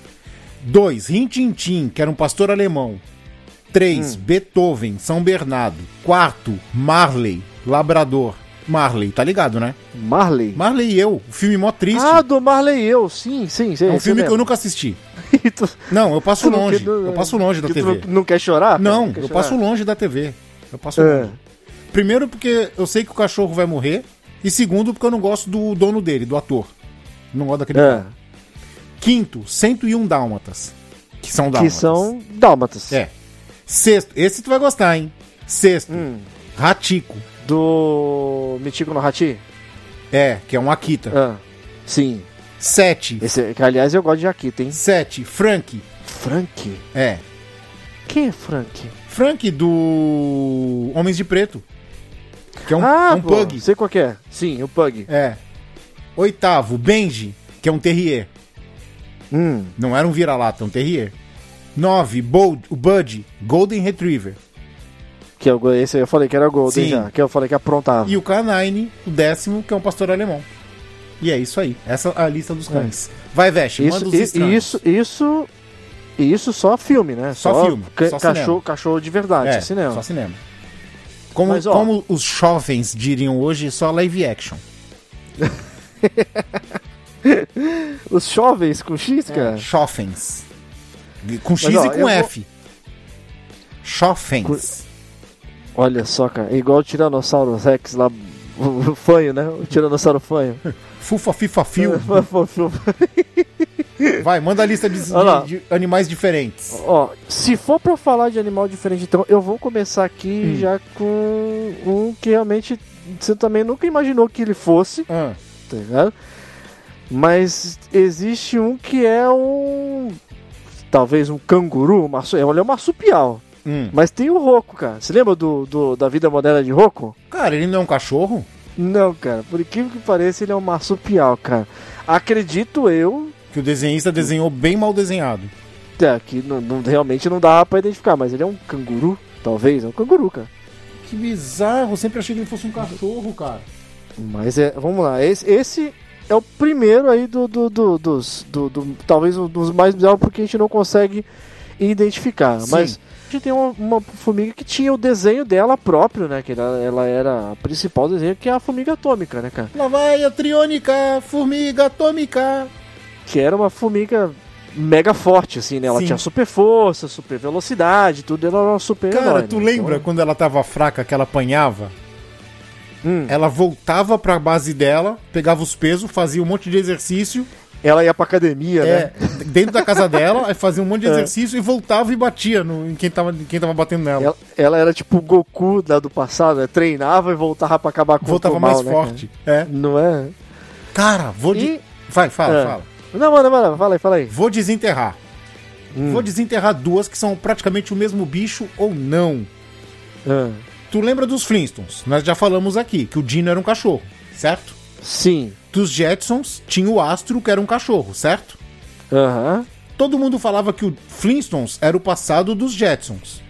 Speaker 2: Dois, Rintintin, que era um pastor alemão. Três,
Speaker 4: Hum.
Speaker 2: Beethoven, São Bernardo. Quarto, Marley, Labrador. Marley, tá ligado, né?
Speaker 4: Marley.
Speaker 2: Marley e eu, o filme mó triste.
Speaker 4: Ah, do Marley e eu, sim, sim, sim.
Speaker 2: é um
Speaker 4: esse
Speaker 2: filme que eu
Speaker 4: mesmo. *laughs*
Speaker 2: nunca assisti.
Speaker 4: E tu-
Speaker 2: Não, eu passo
Speaker 4: tu *laughs* não
Speaker 2: longe.
Speaker 4: quer-
Speaker 2: Eu passo longe da
Speaker 4: que tu
Speaker 2: TV.
Speaker 4: Não, não quer chorar? cara?
Speaker 2: Não,
Speaker 4: quer
Speaker 2: eu
Speaker 4: chorar?
Speaker 2: passo longe da TV. Eu passo
Speaker 4: É.
Speaker 2: longe. Primeiro porque eu sei que o cachorro vai morrer. E segundo porque eu não gosto do dono dele, do ator. Não gosto daquele cara.
Speaker 4: É,
Speaker 2: Quinto, 101 Dálmatas. Que são
Speaker 4: que
Speaker 2: Dálmatas.
Speaker 4: são dálmatas.
Speaker 2: É. Sexto, esse tu vai gostar, hein? Sexto,
Speaker 4: Hum.
Speaker 2: Ratico.
Speaker 4: Do Mitico no Hachi?
Speaker 2: É, que é um Akita.
Speaker 4: Ah, sim.
Speaker 2: Sete,
Speaker 4: Esse, que, aliás, eu gosto de Akita, hein?
Speaker 2: sete, Frank.
Speaker 4: Frank?
Speaker 2: É.
Speaker 4: Quem é Frank?
Speaker 2: Frank do Homens de Preto. Que é um,
Speaker 4: ah,
Speaker 2: um
Speaker 4: pô,
Speaker 2: pug.
Speaker 4: sei qual que é. Sim, o Pug.
Speaker 2: É. Oitavo, Benji, que é um terrier.
Speaker 4: Hum,
Speaker 2: Não era um vira-lata, é um terrier. Nove, Bold, o Bud, Golden Retriever.
Speaker 4: que é o, go- esse aí eu falei que era Golden
Speaker 2: Sim.
Speaker 4: já. Que eu falei que aprontava.
Speaker 2: E o Canine, o décimo, que é um pastor alemão. E é isso aí. Essa é a lista dos cães. Vai, Veste, manda
Speaker 4: isso,
Speaker 2: os
Speaker 4: i-
Speaker 2: estranhos.
Speaker 4: isso, isso, isso só filme, né?
Speaker 2: Só filme,
Speaker 4: ca-
Speaker 2: só cinema.
Speaker 4: cachorro, cachorro ah, de verdade,
Speaker 2: É,
Speaker 4: cinema.
Speaker 2: Só cinema. Como,
Speaker 4: Mas, ó-
Speaker 2: como os jovens diriam hoje, só live action.
Speaker 4: Os jovens com X,
Speaker 2: É.
Speaker 4: cara.
Speaker 2: Jovens. Com X
Speaker 4: É. ó,
Speaker 2: e com
Speaker 4: eu
Speaker 2: F. Jovens.
Speaker 4: Olha só, cara. é Igual o Tiranossauro Rex lá, *laughs* o, o fanho, né? O Tiranossauro fanho.
Speaker 2: Fufa, fifa,
Speaker 4: *laughs*
Speaker 2: fio.
Speaker 4: Fofo.
Speaker 2: Vai, manda a lista de, de-
Speaker 4: Olha lá.
Speaker 2: de animais diferentes.
Speaker 4: Ó, se for pra falar de animal diferente, então eu vou começar aqui já com um que realmente você também nunca imaginou que ele fosse,
Speaker 2: Ah,
Speaker 4: tá ligado? Mas existe um que é um. Talvez um canguru, um marsu... é, olha, é um marsupial.
Speaker 2: hum.
Speaker 4: Mas tem o Roco, cara. Você lembra do, do- da vida moderna de Roco?
Speaker 2: Cara, ele não é um cachorro?
Speaker 4: Não, cara. Por incrível que pareça, ele é um marsupial, cara. Acredito eu,
Speaker 2: Que o desenhista desenhou bem mal desenhado.
Speaker 4: É, que não, não- realmente não dá pra identificar, mas ele é um canguru, talvez, é um canguru, cara.
Speaker 2: Que bizarro, eu sempre achei que ele fosse um cachorro, cara.
Speaker 4: Mas é, vamos lá, esse, esse é o primeiro aí do, do, do- dos, do, do- talvez um dos mais bizarros, porque a gente não consegue identificar.
Speaker 2: Sim.
Speaker 4: Mas a gente tem uma, uma formiga que tinha o desenho dela próprio, né, que ela, ela era a principal desenho, que é a formiga atômica, né, cara?
Speaker 2: Lá vai a triônica, formiga atômica.
Speaker 4: que era uma formiga mega forte, assim, né? Ela
Speaker 2: Sim.
Speaker 4: tinha super força, super velocidade, tudo, ela era uma super
Speaker 2: Cara,
Speaker 4: herói,
Speaker 2: tu
Speaker 4: né?
Speaker 2: lembra
Speaker 4: Então,
Speaker 2: quando ela tava fraca, que ela apanhava?
Speaker 4: Hum.
Speaker 2: Ela voltava pra base dela, pegava os pesos, fazia um monte de exercício,
Speaker 4: Então, ela ia pra academia, né? É.
Speaker 2: é, dentro da casa dela, aí fazia um
Speaker 4: *laughs*
Speaker 2: monte de exercício e voltava e batia no, em, quem tava, em quem tava batendo nela.
Speaker 4: Ela, ela era tipo o Goku da do passado, né? treinava e voltava pra acabar com
Speaker 2: voltava
Speaker 4: o mal,
Speaker 2: mais
Speaker 4: né,
Speaker 2: forte.
Speaker 4: cara? Não é?
Speaker 2: É. Cara, vou de...
Speaker 4: E-
Speaker 2: Vai, fala,
Speaker 4: É.
Speaker 2: fala.
Speaker 4: Não, mano, mano, fala aí, fala aí.
Speaker 2: Vou desenterrar.
Speaker 4: Hum.
Speaker 2: Vou desenterrar duas que são praticamente o mesmo bicho ou não.
Speaker 4: Ah,
Speaker 2: Tu lembra dos Flintstones? Nós já falamos aqui que o Dino era um cachorro, certo?
Speaker 4: sim.
Speaker 2: Dos Jetsons tinha o Astro, que era um cachorro, certo?
Speaker 4: Aham.
Speaker 2: todo mundo falava que o Flintstones era o passado dos Jetsons.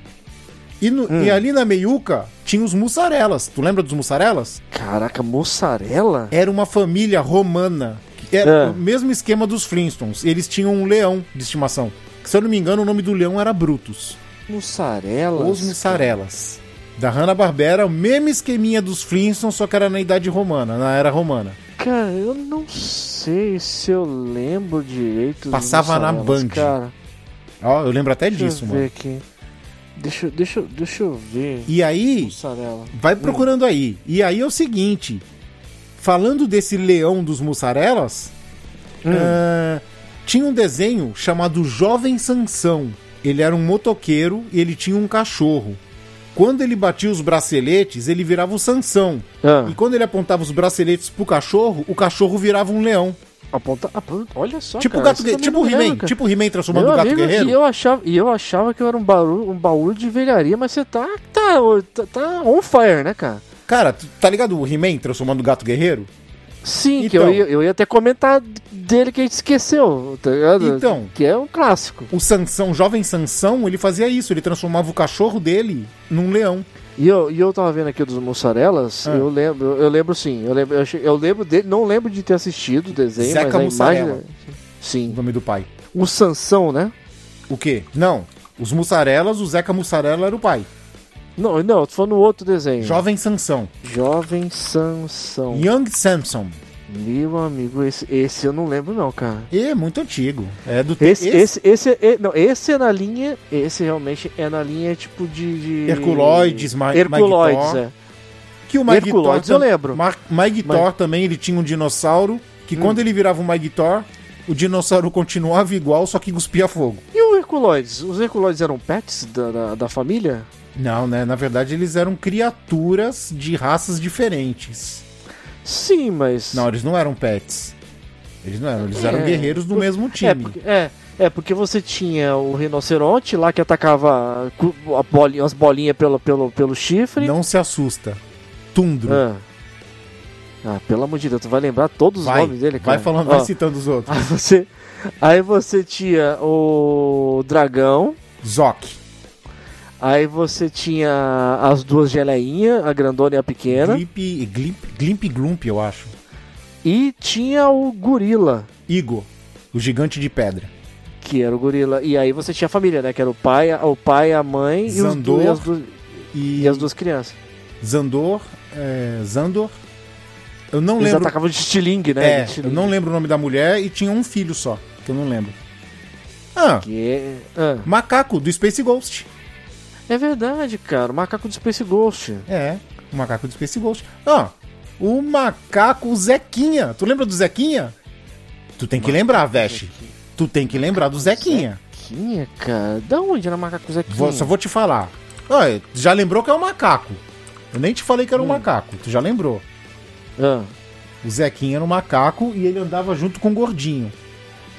Speaker 2: E, no- e ali na meiuca tinha os mussarelas. Tu lembra dos mussarelas?
Speaker 4: Caraca, mussarela?
Speaker 2: Era uma família romana. que Era
Speaker 4: Ah.
Speaker 2: o mesmo esquema dos Flintstones. Eles tinham um leão de estimação. Que, se eu não me engano, o nome do leão era Brutus.
Speaker 4: Mussarela?
Speaker 2: Os mussarelas. Da Hanna-Barbera, o mesmo esqueminha dos Flintstones, só que era na idade romana, na era romana.
Speaker 4: Cara, eu não sei se eu lembro direito. dos
Speaker 2: Passava na
Speaker 4: mussarelas,
Speaker 2: Band.
Speaker 4: Cara,
Speaker 2: Ó, eu lembro até
Speaker 4: deixa
Speaker 2: disso,
Speaker 4: eu ver
Speaker 2: mano.
Speaker 4: aqui. Deixa, eu- deixa, eu- deixa eu ver.
Speaker 2: E aí,
Speaker 4: Mussarela.
Speaker 2: vai procurando aí. E aí é o seguinte: falando desse leão dos mussarelas,
Speaker 4: Hum.
Speaker 2: ah, tinha um desenho chamado Jovem Sansão. Ele era um motoqueiro e ele tinha um cachorro. Quando ele batia os braceletes, ele virava o Sansão.
Speaker 4: Ah.
Speaker 2: E quando ele apontava os braceletes pro cachorro, o cachorro virava um leão.
Speaker 4: Aponta. aponta- Olha só,
Speaker 2: tipo o
Speaker 4: Ah, cara,
Speaker 2: gato
Speaker 4: isso
Speaker 2: guerreiro.
Speaker 4: também
Speaker 2: Tipo
Speaker 4: não
Speaker 2: o He-Man.
Speaker 4: lembro, cara.
Speaker 2: Tipo o He-Man transformando
Speaker 4: Meu
Speaker 2: o gato
Speaker 4: amigo,
Speaker 2: guerreiro.
Speaker 4: E eu achava, e eu achava que eu era um, baú, um baú de velharia, mas você tá, tá, tá, tá on fire, né, cara?
Speaker 2: Cara, tu- tá ligado o He-Man transformando o gato guerreiro?
Speaker 4: Sim, que
Speaker 2: Então.
Speaker 4: eu ia, eu ia até comentar dele que a gente esqueceu, tá ligado?
Speaker 2: Então.
Speaker 4: Que é um clássico.
Speaker 2: O Sansão, o jovem Sansão, ele fazia isso. Ele transformava o cachorro dele num leão.
Speaker 4: E eu, e eu tava vendo aqui dos mussarelas,
Speaker 2: Ah.
Speaker 4: eu lembro, eu lembro sim, eu lembro, eu, achei- eu lembro dele, não lembro de ter assistido o desenho,
Speaker 2: Zeca
Speaker 4: mas a
Speaker 2: Mussarela.
Speaker 4: imagem. é-
Speaker 2: O
Speaker 4: Sim.
Speaker 2: nome do pai.
Speaker 4: O Sansão, né?
Speaker 2: O quê? Não. Os mussarelas, o Zeca Mussarela era o pai.
Speaker 4: Não, não, eu tô falando outro desenho.
Speaker 2: Jovem Sansão.
Speaker 4: Jovem Sansão.
Speaker 2: Young Samson.
Speaker 4: Meu amigo, esse, esse eu não lembro não, cara.
Speaker 2: É muito antigo. É do te-
Speaker 4: Esse, esse, esse, é- não, esse é na linha. Esse realmente é na linha tipo de. de...
Speaker 2: Herculoides, Ma-
Speaker 4: Herculoides,
Speaker 2: Magnetor.
Speaker 4: é.
Speaker 2: que o Mike
Speaker 4: Herculoides,
Speaker 2: Thor tam-
Speaker 4: eu lembro.
Speaker 2: Ma- Mike Hum.
Speaker 4: Mas-
Speaker 2: Thor também, ele tinha um dinossauro que quando ele virava o Mike Thor, o dinossauro continuava igual, só que cuspia fogo.
Speaker 4: E o Herculoides? Os Herculoides eram pets da, da, da família?
Speaker 2: Não, né? Na verdade, eles eram criaturas de raças diferentes.
Speaker 4: Sim, mas.
Speaker 2: Não, eles não eram pets. Eles não eram, eles eram
Speaker 4: É.
Speaker 2: guerreiros do mesmo
Speaker 4: é,
Speaker 2: um time.
Speaker 4: porque, é, é, porque você tinha o rinoceronte lá que atacava cu- a bolinha, as bolinhas pelo, pelo, pelo chifre.
Speaker 2: Não se assusta. Tundro.
Speaker 4: Ah. Ah, pelo amor de Deus, tu vai lembrar todos
Speaker 2: vai,
Speaker 4: os nomes dele, cara. Ah.
Speaker 2: vai falando,
Speaker 4: Ó,
Speaker 2: vai citando os outros.
Speaker 4: *laughs* aí você, aí você tinha o dragão.
Speaker 2: Zoc,
Speaker 4: Aí você tinha as duas geleinhas, a grandona e a pequena.
Speaker 2: Glimp, Glimp, Glimp Glump, eu acho.
Speaker 4: E tinha o gorila,
Speaker 2: Igor, o gigante de pedra.
Speaker 4: que era o gorila. E aí você tinha a família, né? Que era o pai, a- o pai a mãe e, os
Speaker 2: Zandor.
Speaker 4: du- e as, du-
Speaker 2: E,
Speaker 4: e as duas crianças.
Speaker 2: Zandor, é, Zandor. Eu não
Speaker 4: Eles
Speaker 2: lembro.
Speaker 4: atacavam de estilingue, né?
Speaker 2: É,
Speaker 4: de
Speaker 2: eu
Speaker 4: estilingue.
Speaker 2: não lembro o nome da mulher e tinha um filho só, que eu não lembro. Ah,
Speaker 4: Que é... Ah,
Speaker 2: macaco do Space Ghost.
Speaker 4: é verdade, cara. O macaco do Space Ghost.
Speaker 2: É, o macaco do Space Ghost. Ah, o macaco Zequinha. Tu lembra do Zequinha? Tu tem que lembrar, Veste. Tu tem que lembrar do Zequinha.
Speaker 4: Zequinha, é, cara. Da onde era o macaco Zequinha?
Speaker 2: Vou- só vou te falar. Ah, já lembrou que é um macaco. Eu nem te falei
Speaker 4: Hum.
Speaker 2: que era um macaco. Tu já lembrou.
Speaker 4: Ah,
Speaker 2: O Zequinha era um macaco e ele andava junto com o gordinho.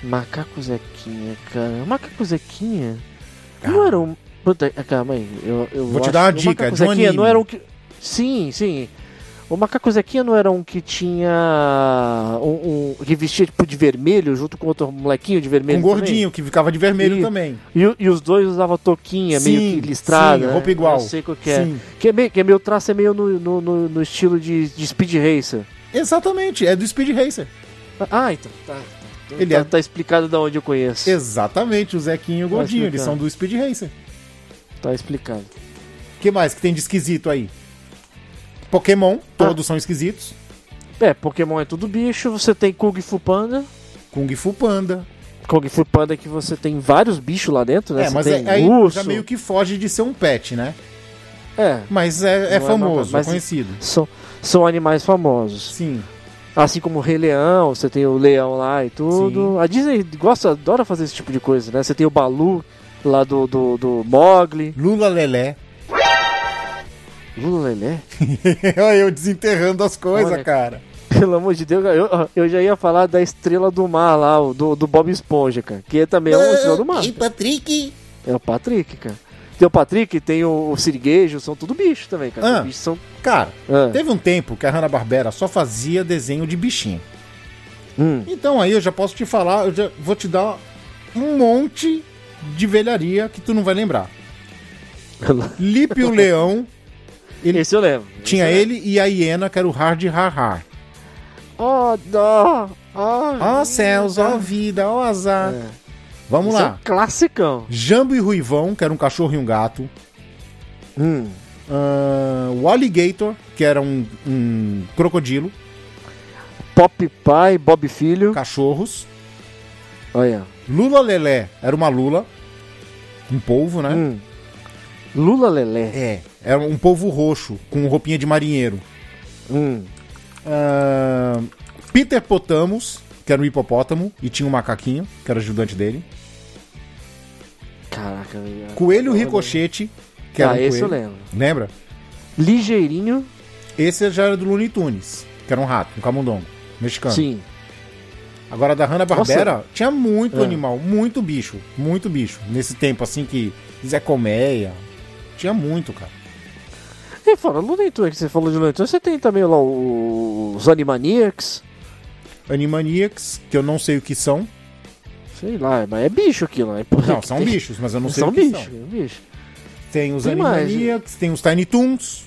Speaker 4: macaco Zequinha, cara. Macaco Zequinha? Não era um. Puta, ah, calma aí. Eu, eu
Speaker 2: Vou te
Speaker 4: acho
Speaker 2: dar uma
Speaker 4: que o
Speaker 2: dica,
Speaker 4: Macaco
Speaker 2: de um
Speaker 4: Zequinha
Speaker 2: anime.
Speaker 4: não era um que. Sim, sim. O Macaco Zequinha não era um que tinha. Um, um- que vestia tipo de vermelho junto com outro molequinho de vermelho.
Speaker 2: com o Um gordinho, que ficava de vermelho
Speaker 4: Ih,
Speaker 2: também.
Speaker 4: também? E, o- e os dois usavam touquinha
Speaker 2: Sim,
Speaker 4: meio que listrada.
Speaker 2: sim,
Speaker 4: né?
Speaker 2: roupa igual.
Speaker 4: Eu sei qual que é.
Speaker 2: Sim.
Speaker 4: Que é, meio, que é meio traço, é meio no, no, no- no estilo de, de Speed Racer.
Speaker 2: Exatamente, é do Speed Racer.
Speaker 4: Ah, então. Tá, tá,
Speaker 2: Ele
Speaker 4: tá,
Speaker 2: é-
Speaker 4: tá explicado de onde eu conheço.
Speaker 2: Exatamente, o Zequinha e o gordinho, eles
Speaker 4: explicando.
Speaker 2: são do Speed Racer.
Speaker 4: Tá explicado.
Speaker 2: O que mais que tem de esquisito aí? Pokémon,
Speaker 4: Ah.
Speaker 2: todos são esquisitos.
Speaker 4: É, Pokémon é tudo bicho, você tem Kung Fu Panda.
Speaker 2: Kung Fu Panda.
Speaker 4: Kung Fu Panda é que você tem vários bichos lá dentro, né?
Speaker 2: É,
Speaker 4: Você
Speaker 2: mas
Speaker 4: tem
Speaker 2: é- aí
Speaker 4: urso.
Speaker 2: já meio que foge de ser um pet, né?
Speaker 4: É,
Speaker 2: Mas é, é
Speaker 4: Não é
Speaker 2: famoso,
Speaker 4: nada, mas-
Speaker 2: é conhecido.
Speaker 4: são, são animais famosos.
Speaker 2: Sim.
Speaker 4: Assim como o Rei Leão, você tem o leão lá e tudo. A Disney gosta, adora fazer esse tipo de coisa, né? Você tem o Balu lá do, do, do Mogli.
Speaker 2: Lula Lelé.
Speaker 4: Lula né?
Speaker 2: *laughs*
Speaker 4: Lelé.
Speaker 2: Olha eu desenterrando as coisas,
Speaker 4: Olha.
Speaker 2: cara.
Speaker 4: Pelo amor de Deus, eu, eu já ia falar da Estrela do Mar lá, o do, do Bob Esponja, cara. Que também é uma Estrela do Mar.
Speaker 2: Patrick?
Speaker 4: É o Patrick, cara. Tem o Patrick, tem o, o Siriguejo, são tudo bicho também, cara.
Speaker 2: Ah.
Speaker 4: São bichos são.
Speaker 2: Cara,
Speaker 4: Ah.
Speaker 2: teve um tempo que a Hanna-Barbera só fazia desenho de bichinho.
Speaker 4: Hum.
Speaker 2: Então aí eu já posso te falar, eu já vou te dar um monte de velharia que tu não vai lembrar.
Speaker 4: *laughs*
Speaker 2: Lipe o Leão, *laughs* Ele-
Speaker 4: Esse eu lembro. Esse
Speaker 2: tinha
Speaker 4: eu lembro.
Speaker 2: ele e a hiena, que era o Hard Har-Har.
Speaker 4: Oh, dó! Oh,
Speaker 2: Ó céus, ó vida, ó azar.
Speaker 4: É.
Speaker 2: Vamos
Speaker 4: Esse é
Speaker 2: lá.
Speaker 4: um classicão.
Speaker 2: Jambo e Ruivão, que era um cachorro e um gato.
Speaker 4: Hum.
Speaker 2: Ah, o Alligator, que era um, um crocodilo.
Speaker 4: Pop Pai, Bob Filho.
Speaker 2: Cachorros.
Speaker 4: Olha.
Speaker 2: Lula Lelé era uma lula. Um polvo, né?
Speaker 4: Hum. Lula Lelé.
Speaker 2: É. Era um polvo roxo, com roupinha de marinheiro.
Speaker 4: Hum.
Speaker 2: Ah, Peter Potamos, que era um hipopótamo, e tinha um macaquinho, que era ajudante dele.
Speaker 4: Caraca, velho.
Speaker 2: Coelho Ricochete, que era
Speaker 4: Ah,
Speaker 2: um
Speaker 4: esse eu
Speaker 2: coelho.
Speaker 4: lembro.
Speaker 2: Lembra?
Speaker 4: Ligeirinho.
Speaker 2: Esse é já era do Looney Tunes, que era um rato, um camundongo, mexicano.
Speaker 4: Sim.
Speaker 2: Agora da Hanna-Barbera, tinha muito
Speaker 4: É.
Speaker 2: animal, muito bicho, muito bicho. Nesse tempo assim que Zé Colmeia, tinha muito, cara.
Speaker 4: E fora Looney Tunes, que você falou de Looney Tunes, você tem também lá o- os Animaniacs.
Speaker 2: Animaniacs, que eu não sei o que
Speaker 4: *laughs*
Speaker 2: são.
Speaker 4: Sei lá, mas é bicho aquilo. né?
Speaker 2: Não, são bichos, mas eu não sei
Speaker 4: são
Speaker 2: o que
Speaker 4: bichos, é
Speaker 2: são.
Speaker 4: bicho.
Speaker 2: Tem os
Speaker 4: Tem mais,
Speaker 2: Animaniacs, tem os Tiny Toons,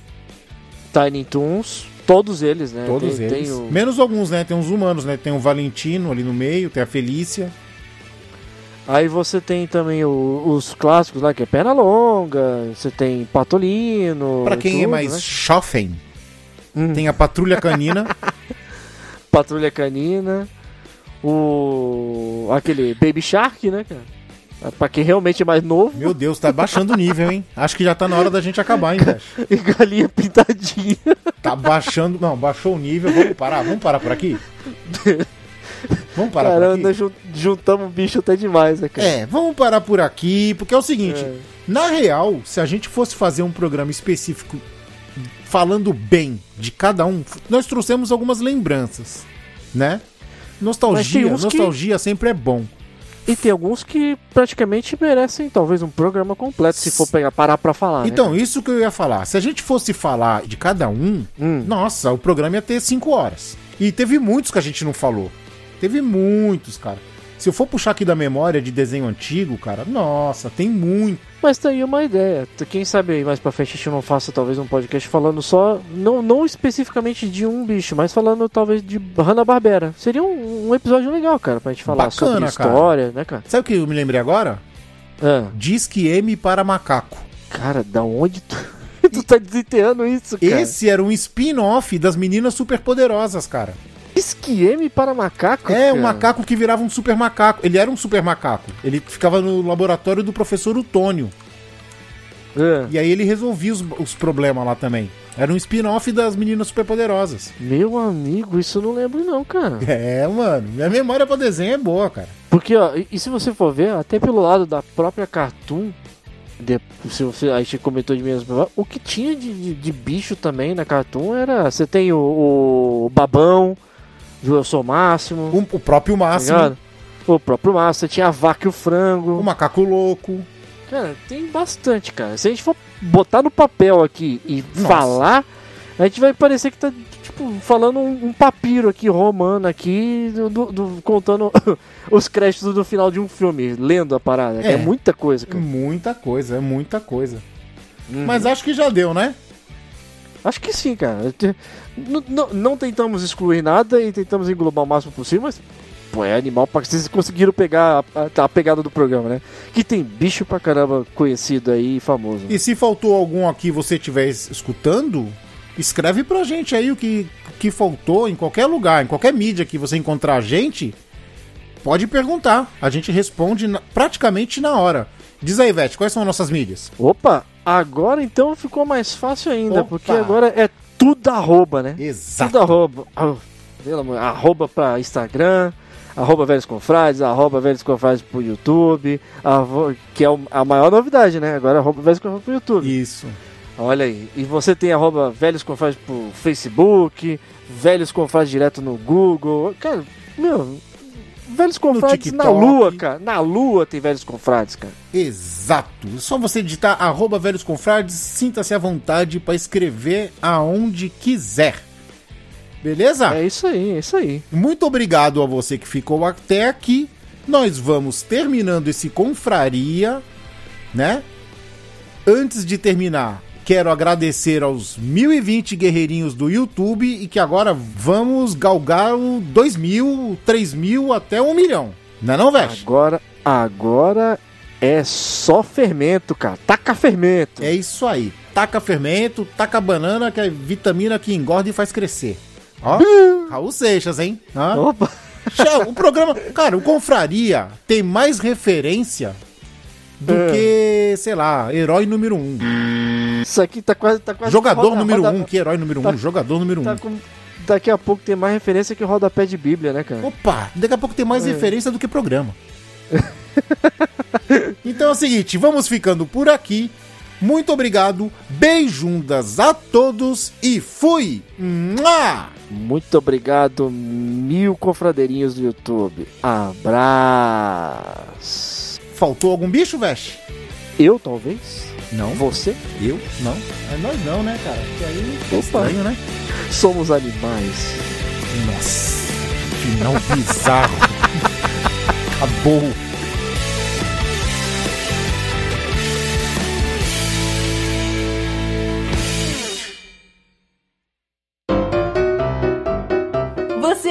Speaker 4: Tiny Toons, todos eles, né?
Speaker 2: todos
Speaker 4: Tem- tem
Speaker 2: eles.
Speaker 4: o-
Speaker 2: Menos alguns, né? Tem os humanos, né? Tem o Valentino ali no meio, tem a Felícia.
Speaker 4: Aí você tem também o- os clássicos lá, que é Perna Longa, você tem Patolino.
Speaker 2: Pra quem
Speaker 4: tudo,
Speaker 2: é mais
Speaker 4: né?
Speaker 2: chofen,
Speaker 4: Hum.
Speaker 2: tem a Patrulha
Speaker 4: *laughs*
Speaker 2: Canina,
Speaker 4: Patrulha Canina, o. aquele Baby Shark, né, cara? Ah, Pra quem realmente é mais novo, *laughs*
Speaker 2: Meu Deus, tá baixando o nível, hein? Acho que já tá na hora da gente acabar, hein, velho?
Speaker 4: e galinha pintadinha.
Speaker 2: Tá baixando. Não, baixou o nível. Vamos parar, vamos parar por aqui? Vamos parar
Speaker 4: Caramba,
Speaker 2: por
Speaker 4: nós
Speaker 2: aqui?
Speaker 4: jun- juntamos bicho até demais, né, cara?
Speaker 2: É, vamos parar por aqui, porque é o seguinte:
Speaker 4: É.
Speaker 2: na real, se a gente fosse fazer um programa específico falando bem de cada um, nós trouxemos algumas lembranças, né? Nostalgia,
Speaker 4: uns que-
Speaker 2: nostalgia sempre é bom.
Speaker 4: E tem alguns que praticamente merecem talvez um programa completo, se for pegar, parar pra falar.
Speaker 2: então,
Speaker 4: né?
Speaker 2: isso que eu ia falar. Se a gente fosse falar de cada um,
Speaker 4: Hum.
Speaker 2: nossa, o programa ia ter 5 horas. E teve muitos que a gente não falou. Teve muitos, cara. Se eu for puxar aqui da memória de desenho antigo, cara, nossa, tem muito.
Speaker 4: Mas tá aí uma ideia. T- Quem sabe aí mais pra frente a gente não faça talvez um podcast falando só, não, não especificamente de um bicho, mas falando talvez de Hanna-Barbera. Seria um, um episódio legal, cara, pra gente falar
Speaker 2: Bacana,
Speaker 4: sobre
Speaker 2: cara.
Speaker 4: história, né, cara?
Speaker 2: Sabe o que eu me lembrei agora?
Speaker 4: Ah,
Speaker 2: Diz que M para macaco.
Speaker 4: cara, da onde tu, *laughs* tu tá desenterrando isso, cara?
Speaker 2: Esse era um spin-off das meninas superpoderosas, cara.
Speaker 4: Esquieme para macaco?
Speaker 2: É,
Speaker 4: cara.
Speaker 2: um macaco que virava um super macaco. Ele era um super macaco. Ele ficava no laboratório do professor Utônio.
Speaker 4: Ah,
Speaker 2: E aí ele resolvia os, os problemas lá também. Era um spin-off das meninas superpoderosas. *laughs*
Speaker 4: Meu amigo, isso eu não lembro não, cara.
Speaker 2: É, mano. Minha memória pra desenho é boa, cara.
Speaker 4: Porque, ó, e e se você for ver, até pelo lado da própria Cartoon, de- se você, a gente comentou de mesmo, o que tinha de, de- de bicho também na Cartoon era. Você tem o, o Babão, do Eu Sou Máximo,
Speaker 2: O, o próprio
Speaker 4: tá
Speaker 2: Máximo,
Speaker 4: ligado? o próprio Máximo, você tinha a Vaca e o Frango.
Speaker 2: o Macaco Louco.
Speaker 4: Cara, tem bastante, cara. Se a gente for botar no papel aqui e falar, a gente vai parecer que tá, tipo, falando um, um papiro aqui, romano aqui, do, do- do- contando *coughs* os créditos do final de um filme, lendo a parada. É,
Speaker 2: É.
Speaker 4: muita coisa, cara.
Speaker 2: Muita coisa, é muita coisa. Mas acho que já deu, né?
Speaker 4: Acho que sim, cara. Eu te- N- n- Não tentamos excluir nada e tentamos englobar o máximo possível, mas pô, é animal pra vocês conseguiram pegar a, a- a pegada do programa, né? Que tem bicho pra caramba conhecido aí e famoso.
Speaker 2: E se faltou algum aqui e você estiver es- escutando, escreve pra gente aí o que, que faltou em qualquer lugar, em qualquer mídia que você encontrar a gente. Pode perguntar, a gente responde na- praticamente na hora. Diz aí, Ivete, quais são nossas mídias?
Speaker 4: Opa, agora então ficou mais fácil ainda,
Speaker 2: Opa.
Speaker 4: porque agora é tudo arroba, né?
Speaker 2: Exato.
Speaker 4: Tudo arroba. Ah, pelo amor- arroba pra Instagram, arroba Velhos Confrades, arroba Velhos Confrades pro YouTube, arro- que é o- a maior novidade, né? Agora arroba Velhos Confrades pro YouTube.
Speaker 2: Isso.
Speaker 4: Olha aí. E você tem arroba Velhos Confrades pro Facebook, Velhos Confrades direto no Google. Cara, meu, Velhos Confrades na
Speaker 2: TikTok.
Speaker 4: lua, cara. Na lua tem Velhos Confrades, cara.
Speaker 2: Exato. É só você digitar arroba velhos confrades, sinta-se à vontade para escrever aonde quiser. Beleza? Ah.
Speaker 4: É isso aí, é isso aí.
Speaker 2: Muito obrigado a você que ficou até aqui. Nós vamos terminando esse confraria, né? Antes de terminar, quero agradecer aos 1020 guerreirinhos do YouTube e que agora vamos galgar o 2000, 3000 até 1 milhão. Não é não, Veste?
Speaker 4: Agora, agora é só fermento, cara. Taca fermento.
Speaker 2: É isso aí. Taca fermento, taca banana, que é vitamina que engorda e faz crescer. Ó, Raul Seixas, hein? Hã?
Speaker 4: Opa.
Speaker 2: Já, o programa. Cara, o Confraria tem mais referência do
Speaker 4: É.
Speaker 2: que, sei lá, herói número um.
Speaker 4: Isso aqui tá quase. Tá quase
Speaker 2: jogador
Speaker 4: roda-
Speaker 2: número
Speaker 4: roda-
Speaker 2: um. Que herói número um?
Speaker 4: Tá-
Speaker 2: Jogador número
Speaker 4: tá
Speaker 2: um.
Speaker 4: com- Daqui a pouco tem mais referência que rodapé de Bíblia, né, cara?
Speaker 2: Opa, daqui a pouco tem
Speaker 4: É.
Speaker 2: mais referência do que
Speaker 4: *laughs*
Speaker 2: programa. então é o seguinte, vamos ficando por aqui. Muito obrigado, beijundas a todos e fui! Mua!
Speaker 4: Muito obrigado, mil confradeirinhos do YouTube. Abraço.
Speaker 2: Faltou algum bicho, Vesh?
Speaker 4: Eu, talvez?
Speaker 2: Não.
Speaker 4: Você?
Speaker 2: Eu? Não. É nós não, né, cara? Porque aí é estranho, né?
Speaker 4: Somos animais.
Speaker 2: Nossa, final bizarro. Acabou.
Speaker 5: Você